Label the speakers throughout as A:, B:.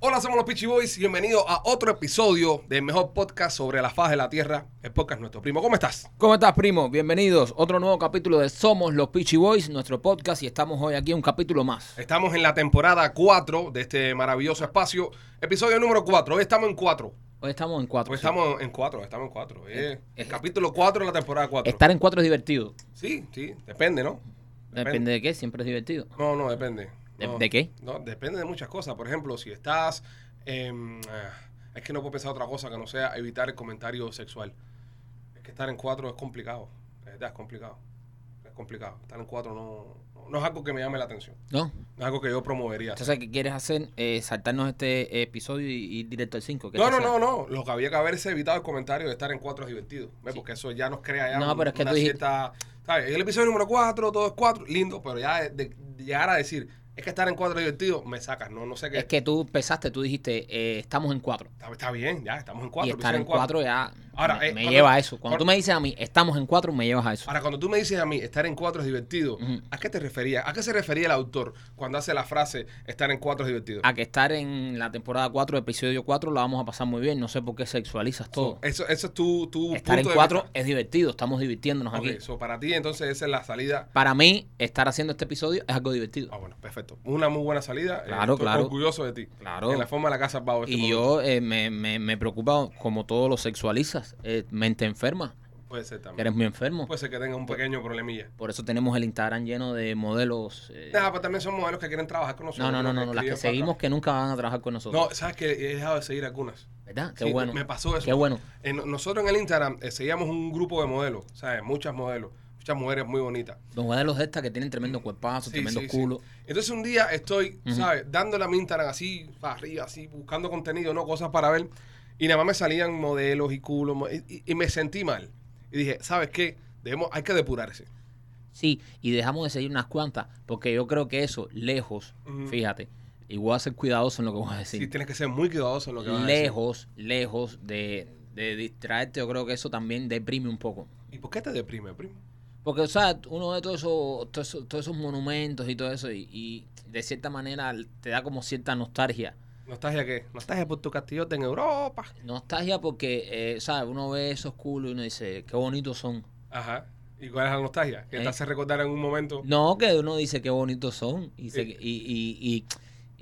A: Hola, somos los Peachy Boys. Bienvenidos a otro episodio del mejor podcast sobre la faz de la tierra. El podcast nuestro primo. ¿Cómo estás?
B: ¿Cómo estás, primo? Bienvenidos. Otro nuevo capítulo de Somos los Peachy Boys, nuestro podcast, y estamos hoy aquí un capítulo más.
A: Estamos en la temporada 4 de este maravilloso espacio. Episodio número 4. Hoy estamos en 4.
B: Hoy estamos en cuatro.
A: Hoy
B: sí.
A: estamos en 4. Estamos en 4.
B: es-
A: capítulo 4 de la temporada 4.
B: Estar en cuatro es divertido.
A: Sí, sí. Depende, ¿no?
B: Depende. de qué, siempre es divertido.
A: No, no, depende.
B: ¿De-
A: No,
B: de qué?
A: No, depende de muchas cosas. Por ejemplo, si estás... em, ah, es que no puedo pensar otra cosa que no sea evitar el comentario sexual. Es que estar en cuatro es complicado. La verdad, es complicado. Es complicado. Estar en cuatro no, no, no es algo que me llame la atención.
B: ¿No?
A: No es algo que yo promovería.
B: Entonces, ¿qué quieres hacer? Eh, saltarnos este episodio y ir directo al 5.
A: No, no, no, no. Lo que había que haberse evitado el comentario de estar en cuatro es divertido. ¿Ves? Porque eso ya nos crea ya
B: No,
A: un-
B: pero es que
A: una
B: tú dijiste-
A: cierta... ¿sabes? El episodio número cuatro, todo es cuatro, lindo, pero ya de- de llegar a decir, es que estar en cuatro es divertido, me sacas, no, no sé qué.
B: Es que tú pensaste, tú dijiste, eh, estamos en cuatro.
A: Está, está bien, ya, estamos en cuatro.
B: y estar
A: episodio
B: en cuatro ya
A: Ahora,
B: me,
A: eh,
B: me
A: cuando-
B: lleva a eso. Cuando
A: cuando-
B: tú me dices a mí, estamos en cuatro, me llevas a eso.
A: Ahora, cuando tú me dices a mí, estar en cuatro es divertido,
B: Ujú.
A: ¿a qué te referías? ¿A qué se refería el autor cuando hace la frase, estar en cuatro es divertido?
B: A que estar en la temporada 4, episodio 4, la vamos a pasar muy bien. No sé por qué sexualizas todo.
A: Eso, eso es tu, tu
B: Estar en
A: punto de
B: cuatro
A: vista.
B: es divertido, estamos divirtiéndonos
A: Ok,
B: aquí.
A: so, para ti, entonces, esa es la salida.
B: Para mí, estar haciendo este episodio es algo divertido.
A: Ah, bueno, perfecto. Una muy buena salida. eh,
B: Claro,
A: estoy
B: claro.
A: Orgulloso de ti.
B: Claro.
A: En la forma de la casa Bau.
B: Y yo eh, me, me, me preocupa como todo lo sexualizas, eh, mente enferma,
A: Puede ser
B: que
A: también.
B: eres muy enfermo.
A: Puede ser que tengas un
B: Pues
A: pequeño problemilla.
B: Por eso tenemos el Instagram lleno de modelos. eh,
A: Nada, pues también son modelos que quieren trabajar con
B: no,
A: nosotros.
B: no, no, no, no,
A: escriben
B: las que
A: para
B: seguimos
A: acá.
B: que nunca van a trabajar con nosotros.
A: No, sabes que he dejado de seguir algunas.
B: ¿Verdad? Qué
A: Sí,
B: bueno.
A: Me pasó eso.
B: Qué bueno.
A: Eh, no- nosotros en el Instagram eh, seguíamos un grupo de modelos, ¿sabes? Muchas modelos, muchas mujeres muy bonitas.
B: Los modelos de estas que tienen tremendo cuerpazo,
A: Sí,
B: tremendo
A: sí, sí.
B: culo.
A: Entonces un día estoy,
B: Ujú.
A: ¿sabes? Dándole a mi Instagram así, para arriba, así, buscando contenido, ¿no? Cosas para ver. Y nada más me salían modelos y culos. mo- Y, y- y me sentí mal. Y dije, ¿sabes qué? Debemos, hay que depurarse.
B: Sí, y dejamos de seguir unas cuantas, porque yo creo que eso, lejos,
A: Ujú.
B: fíjate, y voy a ser cuidadoso en lo que voy a decir.
A: Sí. tienes que ser muy cuidadoso en lo que vas a decir.
B: lejos, lejos de, de distraerte, yo creo que eso también deprime un poco.
A: ¿Y por qué te deprime, primo?
B: Porque, o sea, uno ve todos esos todo eso- todos esos monumentos y todo eso, y, y de cierta manera te da como cierta nostalgia.
A: ¿Nostalgia qué? Nostalgia por tu castillote en Europa.
B: Nostalgia porque, eh, ¿sabes? Uno ve esos culos y uno dice, qué bonitos son.
A: Ajá. ¿Y cuál es la nostalgia? Que
B: Eh.
A: te hace recordar en un momento.
B: No, que uno dice qué bonitos son. Y, se-
A: Sí.
B: y, y- y-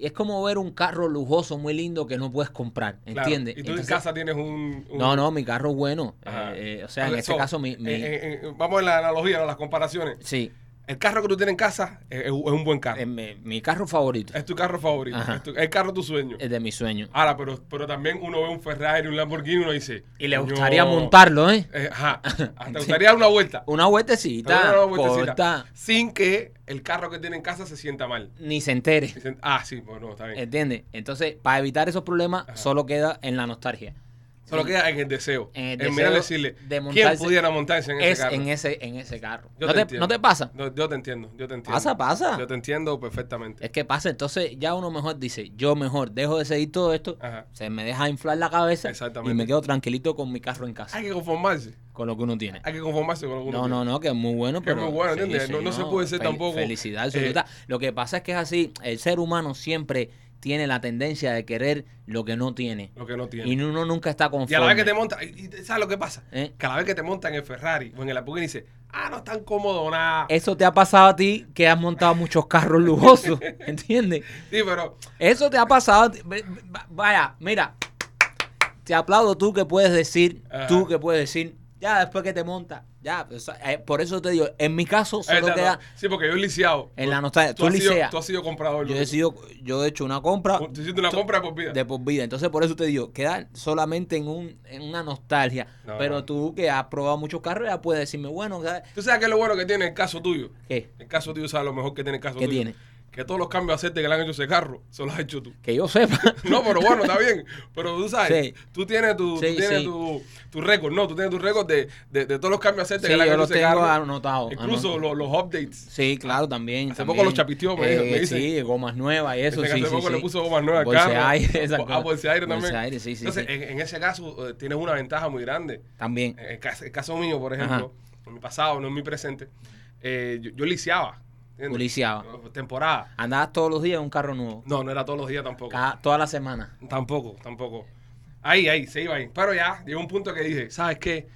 B: y es como ver un carro lujoso, muy lindo, que no puedes comprar,
A: Claro.
B: ¿entiendes?
A: Y tú
B: Entonces-
A: en casa tienes un. un-
B: No, no, mi carro es bueno.
A: Ajá.
B: Eh, eh, o sea, en
A: Entonces,
B: este
A: so,
B: caso, mi... mi-
A: eh, eh, eh, vamos en la analogía, ¿no? las comparaciones.
B: sí.
A: El carro que tú tienes en casa es, es un buen carro.
B: Eh, mi, mi carro favorito
A: es tu carro favorito.
B: Ajá. Em,
A: Es tu- el carro de tu sueño.
B: es de mi sueño.
A: Ahora, pero, pero también uno ve un Ferrari, un Lamborghini y uno dice.
B: Y le
A: "Coño".
B: gustaría montarlo, ¿eh?
A: Eh, ajá. Ah,
B: Sí.
A: Te gustaría dar una vuelta.
B: Una
A: Te gustaría dar
B: vueltecita,
A: una vueltecita.
B: corta,
A: Sin que el carro que tiene en casa se sienta mal.
B: ni se entere.
A: Dicen, ah, sí, bueno, está bien.
B: ¿Entiendes? Entonces, para evitar esos problemas,
A: Ajá.
B: solo queda en la nostalgia.
A: Solo queda en el deseo.
B: En el
A: mirar y
B: deseo
A: decirle,
B: de
A: ¿quién
B: montarse-
A: pudiera montarse en ese
B: es
A: carro?
B: en ese, en ese carro.
A: Yo
B: ¿No
A: te
B: te,
A: entiendo.
B: no te pasa?
A: No, yo te entiendo, yo te entiendo.
B: Pasa, pasa.
A: Yo te entiendo perfectamente.
B: Es que pasa. Entonces, ya uno mejor dice, yo mejor dejo de seguir todo esto,
A: Ajá.
B: se me deja inflar la cabeza
A: Exactamente.
B: y me quedo tranquilito con mi carro en casa,
A: Hay que conformarse.
B: con lo que uno tiene.
A: Hay que conformarse con lo que uno
B: No,
A: tiene.
B: no, no, que es muy bueno,
A: Que es
B: pero...
A: muy bueno,
B: sí,
A: ¿entiendes?
B: sí,
A: No- no se puede ser tampoco,
B: Felicidad
A: eh,
B: absoluta. Lo que pasa es que es así, el ser humano siempre tiene la tendencia de querer lo que no tiene.
A: Lo que no tiene.
B: Y uno nunca está conforme.
A: Y a la vez que te monta, y, y- ¿sabes lo que pasa?
B: ¿Eh?
A: Que a la vez que te montan en el Ferrari o en el Lamborghini dice, ah, no es tan cómodo nada.
B: Eso te ha pasado a ti que has montado muchos carros lujosos, ¿entiendes?
A: Sí, pero
B: Eso te ha pasado. a ti. Ve- ve- va- Vaya, mira, te aplaudo tú que puedes decir,
A: Ajá.
B: tú que puedes decir, ya después que te monta, ya. o sea, eh, por eso te digo, en mi caso
A: eh,
B: solo
A: no,
B: queda
A: no. sí, porque yo he lisiado.
B: en la nostalgia. Eh, Tú,
A: has sido-
B: liceas.
A: tú has sido comprador.
B: Yo
A: loco.
B: he sido, yo he hecho una compra
A: Tú hiciste una compra por vida.
B: de por vida. Entonces, por eso te digo, queda solamente en, un, en una nostalgia.
A: No,
B: Pero
A: no.
B: tú que has probado muchos carros, ya puedes decirme, bueno, ¿sabes
A: Tú sabes que es lo bueno que tiene el caso tuyo.
B: ¿qué?
A: El caso tuyo, ¿sabes lo mejor que tiene el caso
B: ¿Qué
A: tuyo?
B: tiene?
A: Que todos los cambios aceite que le han hecho a ese carro, se los has hecho tú.
B: Que yo sepa.
A: No, pero bueno, está bien. Pero tú sabes,
B: Sí.
A: tú tienes tu,
B: Sí,
A: tú tienes
B: sí.
A: tu, tu récord, ¿no? Tú tienes tu récord de, de, de todos los cambios aceite
B: Sí,
A: que le han
B: yo
A: hecho a
B: los
A: ese
B: tengo
A: carro.
B: anotados.
A: Incluso
B: anotados.
A: los, los updates.
B: Sí, claro, también.
A: Hace
B: también. Eh,
A: poco los chapisteó, me- me dicen.
B: Sí, gomas nuevas y eso,
A: Ese que
B: sí,
A: hace
B: sí,
A: poco le
B: sí.
A: puso gomas nuevas al
B: Bolsa
A: carro.
B: aire, esa
A: Ah,
B: cosa.
A: bolsa de aire
B: Bolsa
A: también.
B: de aire, sí, sí,
A: Entonces,
B: sí.
A: En, en ese caso, eh, tienes una ventaja muy grande.
B: También.
A: En el cas- el caso, mío, por ejemplo, en mi pasado, no en mi presente, eh, yo, yo lisiaba. ¿entiendes?
B: Policiaba.
A: Temporada.
B: Andabas todos los días en un carro nuevo.
A: No, no era todos los días tampoco.
B: Cada- toda la semana.
A: Tampoco, tampoco. Ahí, ahí, se iba ahí. Pero ya, llegó un punto que dije, ¿sabes qué?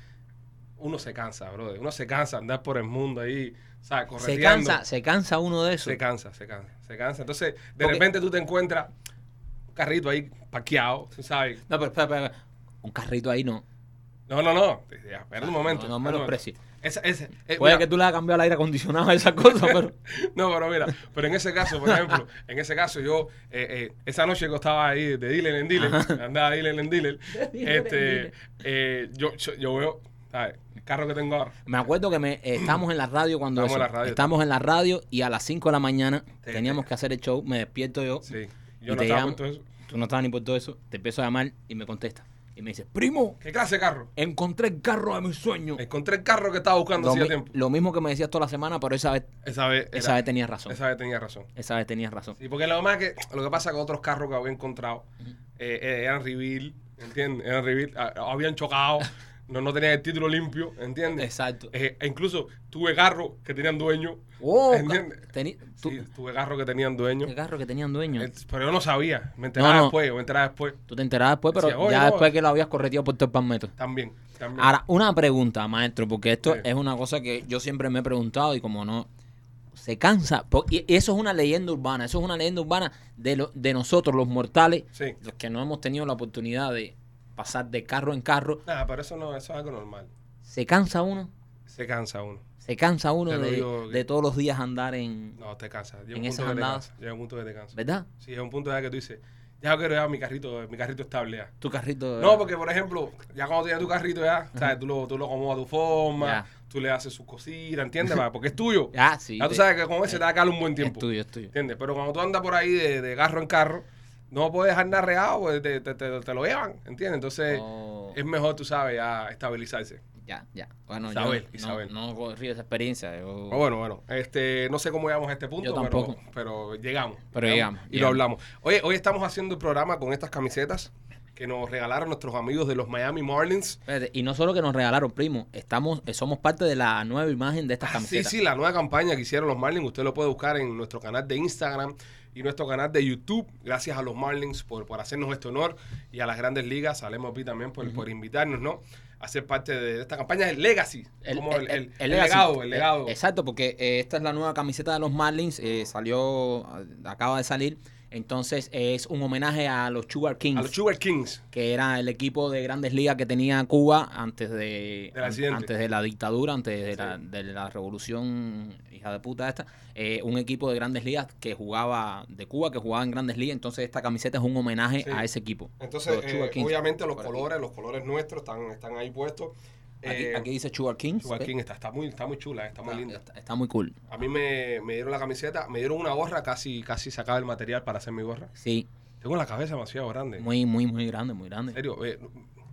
A: Uno se cansa, brother. Uno se cansa de andar por el mundo ahí, ¿sabes?
B: Se
A: Correteando.
B: cansa, se cansa uno de eso.
A: Se cansa, se cansa, se cansa. Entonces, de
B: Porque-
A: repente tú te encuentras un carrito ahí parqueado, tú ¿sabes?
B: No, pero espera, espera, espera. Un carrito ahí no.
A: No, no, no. Ya, Espera un momento.
B: Ah, No,
A: espera un
B: no me lo
A: momento.
B: precies.
A: Esa- esa- eh,
B: Puede
A: mira,
B: que tú le hayas cambiado el aire acondicionado a esas cosas, pero.
A: No, pero mira, pero en ese caso, por ejemplo, en ese caso yo, eh, eh, esa noche que yo estaba ahí de dealer en dealer, andaba de dealer en dealer,
B: dealer en
A: este,
B: dealer.
A: eh, yo, yo, yo veo, ¿sabes? El carro que tengo ahora,
B: Me acuerdo que me, eh, estábamos en la radio cuando
A: Estábamos
B: eso.
A: en la radio.
B: Estábamos en la radio y a las 5 de la mañana
A: Sí,
B: teníamos
A: sí.
B: que hacer el show. Me despierto yo.
A: sí.
B: Y
A: Yo no
B: te
A: estaba
B: llamo.
A: puesto eso.
B: Tú no estabas ni por todo eso. Te empiezo a llamar y me contesta. Y me dice, primo,
A: ¿Qué clase de carro?
B: encontré el carro de mi sueño.
A: Encontré el carro que estaba buscando
B: Lo,
A: hacía
B: mi-
A: tiempo.
B: lo mismo que me decías toda la semana, pero esa vez,
A: Esa vez,
B: esa
A: era-
B: vez tenías razón.
A: esa vez tenía razón.
B: Esa vez tenías razón.
A: Sí, porque lo más que lo que pasa es que otros carros que había encontrado eh, eh, eran reveal, ¿entiendes? Eran reveal, ah, habían chocado, no, no tenían el título limpio, ¿entiendes?
B: Exacto.
A: Eh, e incluso tuve carros que tenían dueño.
B: Oh, ca-
A: ¿Entiendes?
B: teni- tú-
A: Sí, tuve carros que tenían dueño.
B: ¿Qué carro que tenían dueño?
A: Eh, Pero yo no sabía. Me enteraba
B: No, no.
A: después, me enteraba después.
B: Tú te enterabas después, pero
A: Decía, "Oye,
B: ya
A: no,
B: después
A: eh".
B: que lo habías correteado por todo el palmeto.
A: También, también.
B: Ahora, una pregunta, maestro, porque esto
A: Sí.
B: es una cosa que yo siempre me he preguntado y como no se cansa, po- y y eso es una leyenda urbana, eso es una leyenda urbana de, lo- de nosotros los mortales,
A: Sí.
B: los que no hemos tenido la oportunidad de pasar de carro en carro,
A: Nada, pero eso no, eso es algo normal.
B: se cansa uno,
A: Se cansa uno.
B: se cansa uno
A: Te lo
B: de,
A: digo que-
B: de todos los días andar en,
A: No, te cansa. Llega
B: En
A: un punto
B: esas
A: que te
B: andadas.
A: cansa. Llega un punto que te cansa.
B: ¿verdad?
A: Sí, es un punto ya que tú dices, ya yo quiero ya mi carrito, mi carrito estable ya.
B: Tu carrito. de-
A: No, porque por ejemplo, ya cuando tienes tu carrito ya, ¿sabes? Tú lo, tú lo acomodas a tu forma,
B: Ya.
A: tú le haces sus cositas, ¿entiendes? Pa? Porque es tuyo. Ya,
B: Ah, sí.
A: tú
B: te-
A: sabes que con ese te va a caer un buen
B: es
A: tiempo.
B: tuyo, es tuyo.
A: ¿Entiendes? Pero cuando tú andas por ahí de, de carro en carro, no puedes dejar nada regado, pues te, te- te- te lo llevan, ¿entiendes? Entonces
B: Oh.
A: es mejor, tú sabes, ya estabilizarse.
B: Ya, ya. Bueno,
A: Isabel,
B: yo no-
A: Isabel.
B: no, corrí esa experiencia. yo-
A: Pero bueno, bueno, este, no sé cómo llegamos a este punto,
B: Yo
A: pero,
B: tampoco.
A: pero llegamos.
B: Pero llegamos,
A: Y lo
B: llegamos.
A: hablamos. Oye, hoy estamos haciendo el programa con estas camisetas que nos regalaron nuestros amigos de los Miami Marlins.
B: Espérate, y no solo que nos regalaron, primo, estamos, eh, somos parte de la nueva imagen de estas
A: Ah, sí,
B: camisetas.
A: sí, la nueva campaña que hicieron los Marlins, usted lo puede buscar en nuestro canal de Instagram y nuestro canal de YouTube. Gracias a los Marlins por, por hacernos este honor y a las grandes ligas, a Lemo Pi también por, por invitarnos, ¿no? A ser parte de esta campaña, el legacy, como el, el- el
B: eh, legacy.
A: legado, el legado.
B: Eh, Exacto, porque eh, esta es la nueva camiseta de los Marlins, eh, salió, ah, acaba de salir, entonces eh, es un homenaje a los Sugar Kings,
A: a los Sugar Kings.
B: que era el equipo de Grandes Ligas que tenía Cuba antes de,
A: Del accidente.
B: antes de la dictadura, antes de,
A: Sí.
B: la, de la revolución hija de puta esta, eh, un equipo de Grandes Ligas que jugaba de Cuba, que jugaba en Grandes Ligas, entonces esta camiseta es un homenaje
A: Sí.
B: a ese equipo.
A: Entonces,
B: los Sugar
A: eh,
B: Kings.
A: obviamente los
B: Por aquí.
A: colores, los colores nuestros están, están ahí puestos.
B: Aquí,
A: Eh,
B: aquí dice Sugar Kings.
A: Sugar
B: ¿ok?
A: King está, está muy, está muy chula, eh, está muy
B: Está-
A: linda.
B: Está, está muy cool.
A: A mí me, me dieron la camiseta, me dieron una gorra, casi, casi sacaba el material para hacer mi gorra.
B: Sí,
A: Tengo la cabeza demasiado grande.
B: muy, muy, muy grande, muy
A: En
B: grande.
A: serio, eh,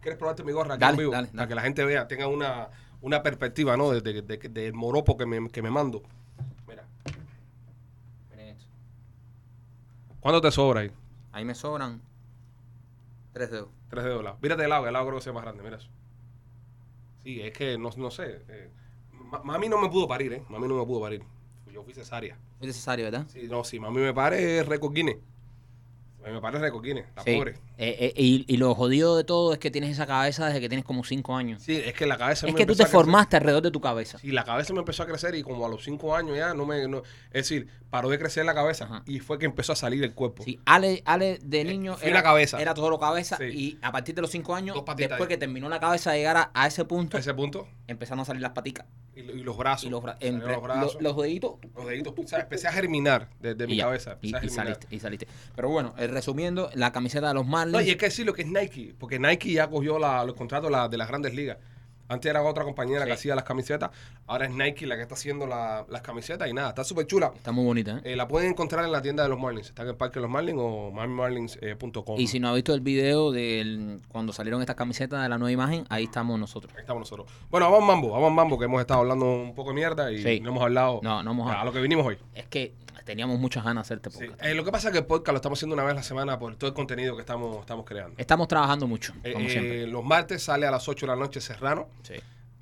A: ¿quieres probarte mi gorra aquí
B: Dale,
A: en vivo?
B: dale,
A: Para
B: dale.
A: que la gente vea, tenga una, una perspectiva, ¿no? De, de- de- del moropo que me, que me mando. Mira.
B: Miren esto.
A: ¿Cuánto te sobra ahí?
B: Ahí me sobran tres dedos.
A: Tres dedos de lado. Mírate de lado, que el lado creo que sea más grande, mira eso. Sí, es que no, no sé. eh, ma- mami no me pudo parir, ¿eh? Mami no me pudo parir. Yo fui cesárea.
B: Es necesario, ¿verdad?
A: Sí, no, si mami me pare es récord Guinness. Mami me pare es récord Guinness, la
B: Sí.
A: pobre.
B: Eh, eh, y, y lo jodido de todo es que tienes esa cabeza desde que tienes como cinco años.
A: Sí, es que la cabeza
B: es
A: me
B: que tú
A: empezó
B: te
A: a crecer.
B: formaste alrededor de tu cabeza.
A: Sí, la cabeza me empezó a crecer y como a los cinco años ya no me... no- es decir, paró de crecer la cabeza
B: Ajá.
A: y fue que empezó a salir el cuerpo.
B: Sí, Ale, Ale de niño
A: Eh, fui la cabeza.
B: era todo lo cabeza
A: Sí.
B: y a partir de los cinco años,
A: Dos patitas
B: después
A: ahí.
B: que terminó la cabeza de llegar a, a ese
A: A
B: punto,
A: ese punto.
B: empezaron a salir las paticas
A: Y, lo- y los brazos.
B: y los, bra-
A: Salieron
B: entre-
A: los brazos.
B: lo- los deditos
A: los deditos. O sea, empecé a germinar desde mi
B: y ya.
A: cabeza. empecé
B: Y,
A: a
B: y
A: germinar.
B: saliste, y saliste. Pero bueno, eh, resumiendo, la camiseta de los Marlins.
A: No, y es que decir lo que es Nike, porque Nike ya cogió la- los contratos la- de las grandes ligas. Antes era otra compañera
B: Sí.
A: que hacía las camisetas, ahora es Nike la que está haciendo la- las camisetas y nada, está súper chula.
B: Está muy bonita, ¿eh?
A: Eh, la pueden encontrar en la tienda de los Marlins, está en el parque de los Marlins eh, o miamimarlins.com.
B: Y si no ha visto el video de cuando salieron estas camisetas de la nueva imagen, ahí estamos nosotros.
A: Ahí estamos nosotros. Bueno, vamos mambo, vamos mambo, que hemos estado hablando un poco de mierda y
B: Sí.
A: no hemos hablado
B: No, no hemos
A: a- a
B: hablado.
A: lo que vinimos hoy.
B: Es que teníamos muchas ganas de hacerte
A: Sí.
B: podcast.
A: Eh, lo que pasa es que el podcast lo estamos haciendo una vez a la semana por todo el contenido que estamos, estamos creando.
B: Estamos trabajando mucho,
A: Eh,
B: como
A: eh,
B: siempre.
A: los martes sale a las 8 de la noche Serrano.
B: Sí.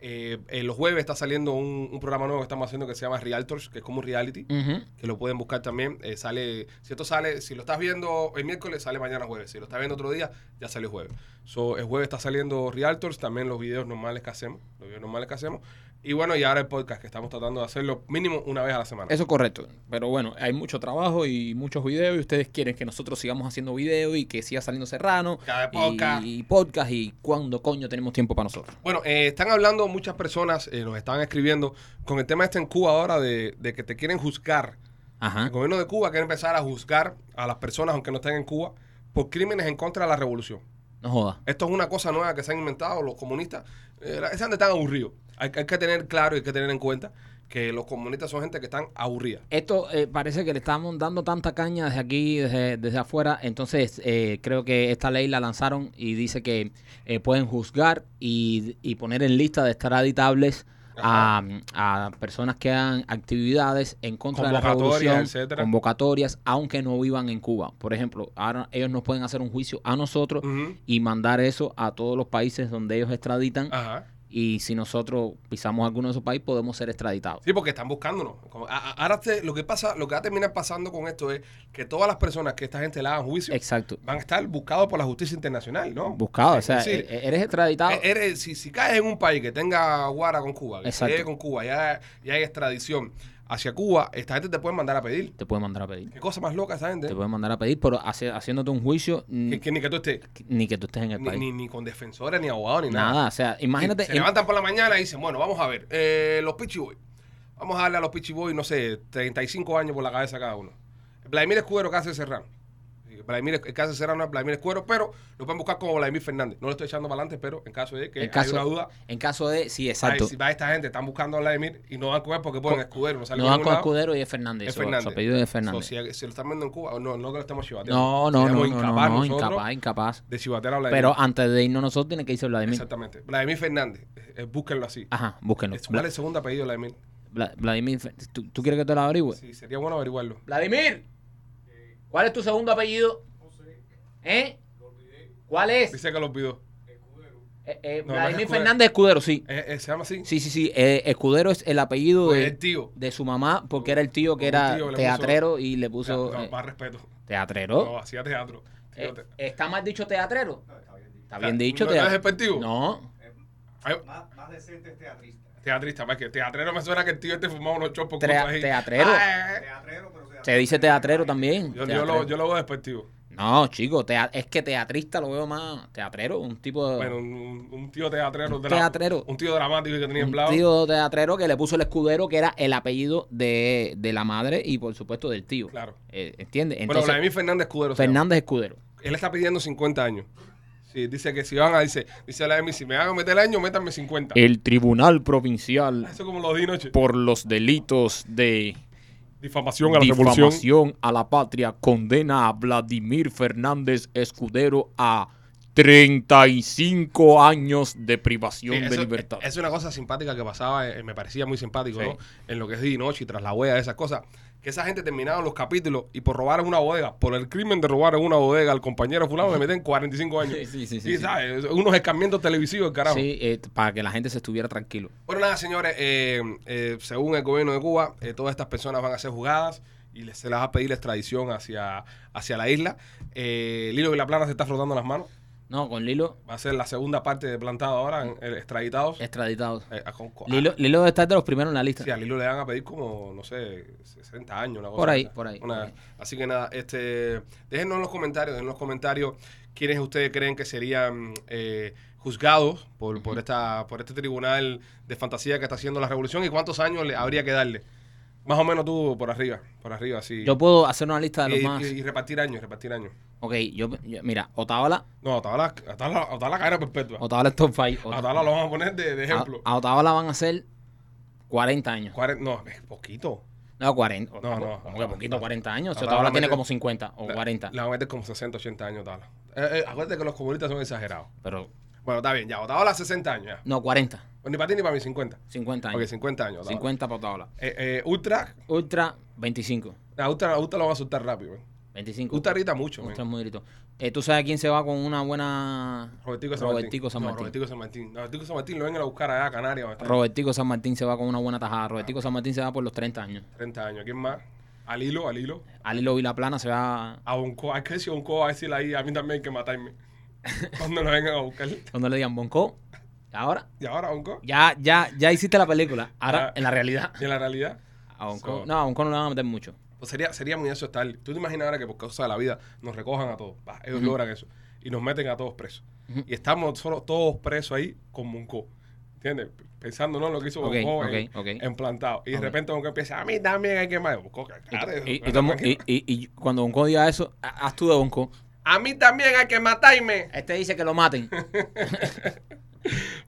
A: Eh, eh, los jueves está saliendo un, un programa nuevo que estamos haciendo que se llama Realtors, que es como un reality,
B: Ujú.
A: que lo pueden buscar también. Eh, sale, si esto sale, si lo estás viendo el miércoles, sale mañana jueves. Si lo estás viendo otro día, ya salió jueves. So, el jueves está saliendo Realtors, también los videos normales que hacemos, los videos normales que hacemos. Y bueno, y ahora el podcast, que estamos tratando de hacerlo mínimo una vez a la semana.
B: Eso es correcto. Pero bueno, hay mucho trabajo y muchos videos y ustedes quieren que nosotros sigamos haciendo videos y que siga saliendo Serrano.
A: Cada
B: y-
A: podcast.
B: Y, podcast y cuándo coño tenemos tiempo para nosotros.
A: Bueno, eh, están hablando muchas personas, eh, nos están escribiendo con el tema este en Cuba ahora de, de que te quieren juzgar.
B: Ajá.
A: El gobierno de Cuba quiere empezar a juzgar a las personas, aunque no estén en Cuba, por crímenes en contra de la revolución.
B: No joda.
A: Esto es una cosa nueva que se han inventado los comunistas. Eh, la- esa gente está aburrido. Hay, hay que tener claro y hay que tener en cuenta que los comunistas son gente que están aburrida.
B: Esto eh, parece que le estamos dando tanta caña desde aquí, desde, desde afuera. Entonces, eh, creo que esta ley la lanzaron y dice que eh, pueden juzgar y, y poner en lista de estar editables a, a personas que hagan actividades en contra de la
A: Convocatorias,
B: revolución,
A: etcétera.
B: convocatorias, aunque no vivan en Cuba. Por ejemplo, ahora ellos nos pueden hacer un juicio a nosotros
A: Ujú.
B: y mandar eso a todos los países donde ellos extraditan.
A: Ajá.
B: Y si nosotros pisamos alguno de esos países, podemos ser extraditados.
A: Sí, porque están buscándonos. Como- a- a- ahora te- lo que pasa, lo que va a terminar pasando con esto es que todas las personas que esta gente le hagan juicio
B: Exacto.
A: van a estar buscados por la justicia internacional, ¿no?
B: Buscado, o
A: Es
B: sea,
A: decir,
B: e- eres extraditado.
A: E- eres- si, si caes en un país que tenga guara con Cuba, que se
B: Exacto.
A: llegue con Cuba, ya, ya hay extradición hacia Cuba, esta gente te puede mandar a pedir.
B: Te pueden mandar a pedir.
A: Qué cosa más loca esta gente. eh.
B: Te pueden mandar a pedir, pero hace- haciéndote un juicio, mm,
A: Que, que ni que tú estés,
B: ni que tú estés en el
A: ni,
B: país.
A: ni- ni con defensores, ni abogados, ni nada.
B: Nada, o sea, imagínate.
A: Se levantan por la mañana y dicen, bueno, vamos a ver, eh, los Pichi Boys. Vamos a darle a los Pichi Boys, no sé, 35 años por la cabeza cada uno. Vladimir Escudero, Cáceres Serrano. Eh, Vladimir, el Cáceres Serrano es Vladimir Escudero, pero lo pueden buscar como Vladimir Fernández. No lo estoy echando para adelante, pero en caso de que
B: En caso-
A: haya una duda,
B: En caso de, sí,
A: Ay,
B: exacto.
A: si va esta gente, están buscando a Vladimir y no van a coger porque ponen escudero. No, sale
B: Nos
A: por
B: van
A: ningún
B: con
A: lado.
B: Escudero y es Fernández.
A: Es
B: su-
A: Fernández.
B: Su apellido es
A: So,
B: Fernández.
A: si, si lo están viendo en Cuba, no, no que lo estamos chivateando.
B: no, no, no,
A: Seríamos
B: no, no,
A: incapaz
B: no,
A: nosotros
B: incapaz, incapaz.
A: De chivatear a Vladimir.
B: Pero antes de irnos nosotros tiene que irse Vladimir. Ah,
A: Exactamente. Vladimir Fernández. eh, eh, búsquenlo así.
B: Ajá, búsquenlo.
A: Es- ¿Cuál es el segundo apellido de Vladimir?
B: Vla- Vladimir, ¿tú, tú quieres que te lo averigüe?
A: Sí, sería bueno averiguarlo.
B: Vladimir, ¿cuál es tu segundo apellido? ¿Eh? ¿Cuál es?
A: Dice que lo olvidó.
B: Eh, eh,
A: No, no es
B: Vladimir
A: Escudero.
B: Fernández Escudero, sí.
A: Eh, eh, ¿Se llama así?
B: Sí, sí, sí. eh, Escudero es el apellido
A: Pues
B: de,
A: el tío.
B: de su mamá porque era el tío que
A: Un
B: era
A: tío le puso-
B: teatrero y le
A: O sea,
B: puso...
A: no,
B: eh,
A: más respeto. No,
B: ¿Teatrero?
A: hacía teatro.
B: Eh,
A: Fíjate.
B: ¿Está mal dicho teatrero? Está bien
A: O sea,
B: dicho
A: ¿no- no es
B: teatrero.
A: despectivo?
B: No,
A: Ay,
C: Más, más decente es teatrista.
A: Teatrista, más que teatrero me suena que el tío este fumaba unos chopos.
B: Tre-
A: cosas ahí.
B: teatrero.
A: Ah, eh, eh.
C: Teatrero, pero teatrero.
B: se dice teatrero también.
A: Yo, yo,
B: teatrero.
A: lo, yo lo veo despectivo.
B: No, chico, tea- es que teatrista lo veo más teatrero, un tipo de...
A: Bueno, un, un tío teatrero.
B: Un
A: dra-
B: teatrero.
A: Un tío dramático que tenía en
B: un
A: blau.
B: tío teatrero que le puso el escudero que era el apellido de, de la madre y por supuesto del tío.
A: Claro.
B: Eh, ¿Entiendes?
A: Bueno,
B: Entonces,
A: Vladimir Fernández Escudero. se llama.
B: Fernández Escudero.
A: Él está pidiendo 50 años. Sí, dice que si van a, dice, dice Vladimir, si me van a meter el año, métanme 50.
B: El Tribunal Provincial
A: Eso como lo di noche.
B: Eh, por los delitos de
A: Difamación a la revolución.
B: a la patria condena a Vladimir Fernández Escudero a 35 años de privación
A: Sí, eso- Es una cosa simpática que pasaba, eh, me parecía muy simpático,
B: Sí.
A: ¿no? En lo que es Di Noche y tras la huella, esas cosas. Que esa gente terminaba los capítulos y por robar en una bodega, por el crimen de robar en una bodega al compañero fulano le meten 45 años.
B: Sí, sí, sí,
A: Y,
B: sí, sí.
A: ¿sabes? Unos escamientos televisivos, el carajo.
B: Sí, eh, para que la gente se estuviera tranquilo.
A: Bueno, nada, señores, eh, eh, según el gobierno de Cuba, eh, todas estas personas van a ser juzgadas y les- se les va a pedir la extradición hacia, hacia la isla. Eh, Lilo Vilaplana se está frotando las manos.
B: No, con Lilo
A: Va a ser la segunda parte de plantado ahora, en, en extraditados.
B: extraditado.
A: Eh, a- con- a-
B: Lilo, Lilo debe estar de los primeros en la lista.
A: sí, a Lilo le van a pedir como, no sé, 60 años, una cosa.
B: Por ahí,
A: de esa.
B: por ahí,
A: Una-
B: por ahí.
A: Así que nada, este, déjenos en los comentarios, déjenos en los comentarios quiénes ustedes creen que serían eh, juzgados por, por, esta, por este tribunal de fantasía que está haciendo la revolución y cuántos años le habría que darle. Más o menos tú por arriba, por arriba, así.
B: Yo puedo hacer una lista de
A: y,
B: los
A: y-
B: más.
A: y repartir años, repartir años.
B: Ok, yo, yo- mira, Otábala,
A: No, hasta la, hasta la, hasta la cadena perpetua.
B: Otábala es top 5.
A: Hasta ahora lo vamos a poner de, de
B: A,
A: ejemplo.
B: a Otábala van a ser 40 años.
A: Cuaren- no, es poquito.
B: No, 40.
A: No,
B: No,
A: no.
B: no. Como que poquito, 40 años. Si
A: Ahora
B: Otábala
A: la
B: tiene
A: meten-
B: como 50 o
A: La-
B: 40.
A: La van a meter como 60, 80 años, Tala. Eh, eh, acuérdate que los comunistas son exagerados.
B: Pero,
A: Bueno, está bien, ya. Otábala 60 años, ya. Pues,
B: no, 40.
A: Ni para ti ni para mí, 50.
B: 50 años.
A: Porque 50 años. Otábala.
B: 50 para Otábala.
A: Eh, eh, ultra,
B: Ultra, 25.
A: a ultra, a ultra lo van a soltar rápido. eh.
B: 25.
A: Usted grita mucho.
B: Usted
A: men.
B: es muy grito. Eh, ¿Tú sabes quién se va con una buena.
A: Robertico San
B: Robertico
A: Martín.
B: San
A: No,
B: Martín.
A: Robertico San Martín. No, Robertico San Martín lo vengan a buscar allá a Canarias. va a estar
B: Robertico San Martín se va con una buena tajada. Robertico San Martín se va por los 30 años.
A: 30 años. ¿Quién más? Al hilo, al hilo.
B: Alilo Vilaplana se va.
A: A Bonco. Hay que decir Bonco va a decir ahí, a mí también hay que matarme. Cuando lo vengan a buscar.
B: Cuando le digan Bonco. Ahora,
A: Y ahora Bonco.
B: ya, ya, ya hiciste la película. Ahora,
A: Ya.
B: en la realidad.
A: Y en la realidad.
B: A Bonco.
A: Ah. So-
B: No, a Bonco no le van a meter mucho.
A: Pues sería, sería muy eso estar. Tú te imaginas ahora que por causa de la vida nos recojan a todos. Va, ellos logran eso. Y nos meten a todos presos.
B: Ujú.
A: Y estamos solo, todos presos ahí con Monco. ¿Entiendes? Pensando no en lo que hizo
B: Ok,
A: Bonco en-
B: ok, ok.
A: implantado. Y de
B: Ok.
A: repente Bonco empieza, a mí también hay que matar. Bonco,
B: Y,
A: claro,
B: y- y
A: claro,
B: todo el mu-
A: tranquilo.
B: y- y- y cuando Bonco diga eso, ha- haz tú de Bonco.
A: A mí también hay que matarme.
B: Este dice que lo maten.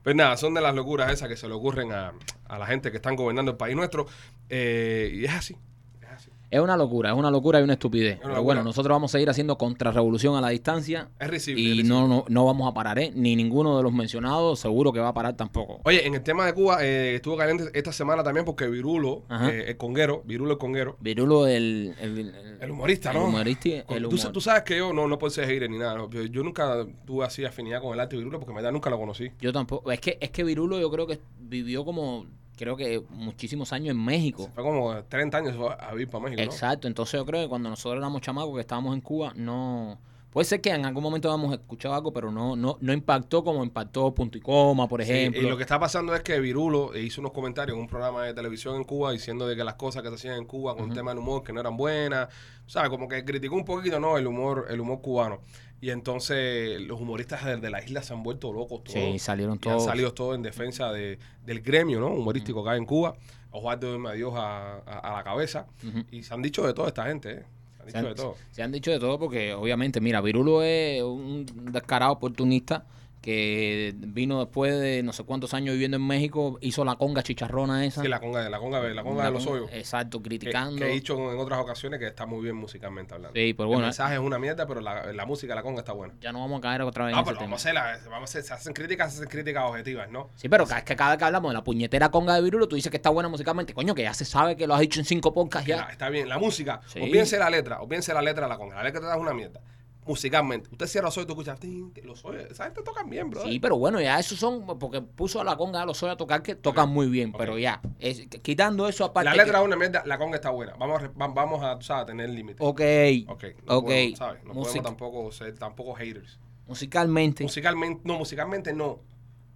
A: Pues nada, son de las locuras esas que se le ocurren a, a la gente que están gobernando el país nuestro. Eh, y es así. Es así.
B: Es una locura, es una locura y una estupidez.
A: una
B: Pero bueno,
A: locura.
B: nosotros vamos a seguir haciendo contrarrevolución a la distancia.
A: Es risible. es
B: Y
A: risible.
B: no, no, no vamos a parar, ¿eh? Ni ninguno de los mencionados seguro que va a parar tampoco.
A: Oye, en el tema de Cuba, eh, estuvo caliente esta semana también porque Virulo,
B: Ajá.
A: eh, el conguero, Virulo el conguero,
B: Virulo, el, el, el-
A: el humorista,
B: el
A: ¿no?
B: humorista, el
A: Tú
B: humor-
A: sa- Tú, sabes que yo no, no puedo ser hater ni nada. ¿no? Yo, yo nunca tuve así afinidad con el arte de Virulo porque en verdad nunca lo conocí.
B: Yo tampoco. Es que, es que Virulo yo creo que vivió como, creo que muchísimos años en México.
A: Fue como 30 años fue a vivir para México, ¿no?
B: Exacto, entonces yo creo que cuando nosotros éramos chamacos que estábamos en Cuba, no... Puede ser que en algún momento habíamos escuchado algo, pero no, no, no impactó como impactó Punto y Coma, por
A: Sí,
B: ejemplo.
A: y lo que está pasando es que Virulo eh, hizo unos comentarios en un programa de televisión en Cuba diciendo de que las cosas que se hacían en Cuba con tema del humor que no eran buenas, ¿sabes? Como que criticó un poquito, ¿no? El humor, el humor cubano. Y entonces los humoristas de, de la isla se han vuelto locos todos.
B: Sí, salieron
A: Y han
B: todos.
A: salido todos en defensa de, del gremio, ¿no? Humorístico acá en Cuba. Osvaldo de Dios a, a- a la cabeza.
B: Ujú.
A: Y se han dicho de todo esta gente, ¿eh? Se han
B: Se
A: dicho de
B: han,
A: todo.
B: se han dicho de todo porque, obviamente, mira, Virulo es un descarado oportunista que vino después de no sé cuántos años viviendo en México, hizo la conga chicharrona esa.
A: Sí, la conga, de- la conga, de- la conga
B: Una
A: de los
B: conga- eh,
A: hoyos.
B: Exacto,
A: Que,
B: criticando.
A: que he dicho en otras ocasiones que está muy bien musicalmente hablando.
B: sí, pero
A: el
B: bueno, eh.
A: mensaje es una mierda, pero la, la música de la conga está buena.
B: ya no vamos a caer otra vez
A: Ah,
B: en ese
A: pero
B: tema.
A: vamos a hacer, la- vamos a hacer- se hacen críticas, se hacen críticas objetivas, ¿no?
B: Sí, pero ca- es que cada vez que hablamos de la puñetera conga de Virulo, tú dices que está buena musicalmente. Coño, que ya se sabe que lo has dicho en cinco podcasts
A: Mira,
B: ya.
A: está bien, la música,
B: Sí.
A: o piense la letra, o piense la letra de la conga. La letra es una mierda. Musicalmente, usted cierra los hoyos, tú escuchas, tin, tin, los hoyos, esa gente tocan bien, bro.
B: Sí, pero bueno, ya esos son, porque puso a la conga a los Soya a tocar que tocan muy bien,
A: ok.
B: pero ya, es- quitando eso aparte.
A: La
B: que-
A: letra es una mierda, la conga está buena. Vamos a, re- va- vamos a, tú sabes, tener límites.
B: Ok,
A: Ok. No
B: ok.
A: podemos, ¿sabes? No
B: Música-
A: podemos tampoco ser tampoco haters.
B: musicalmente.
A: Musicalmente, no, musicalmente no.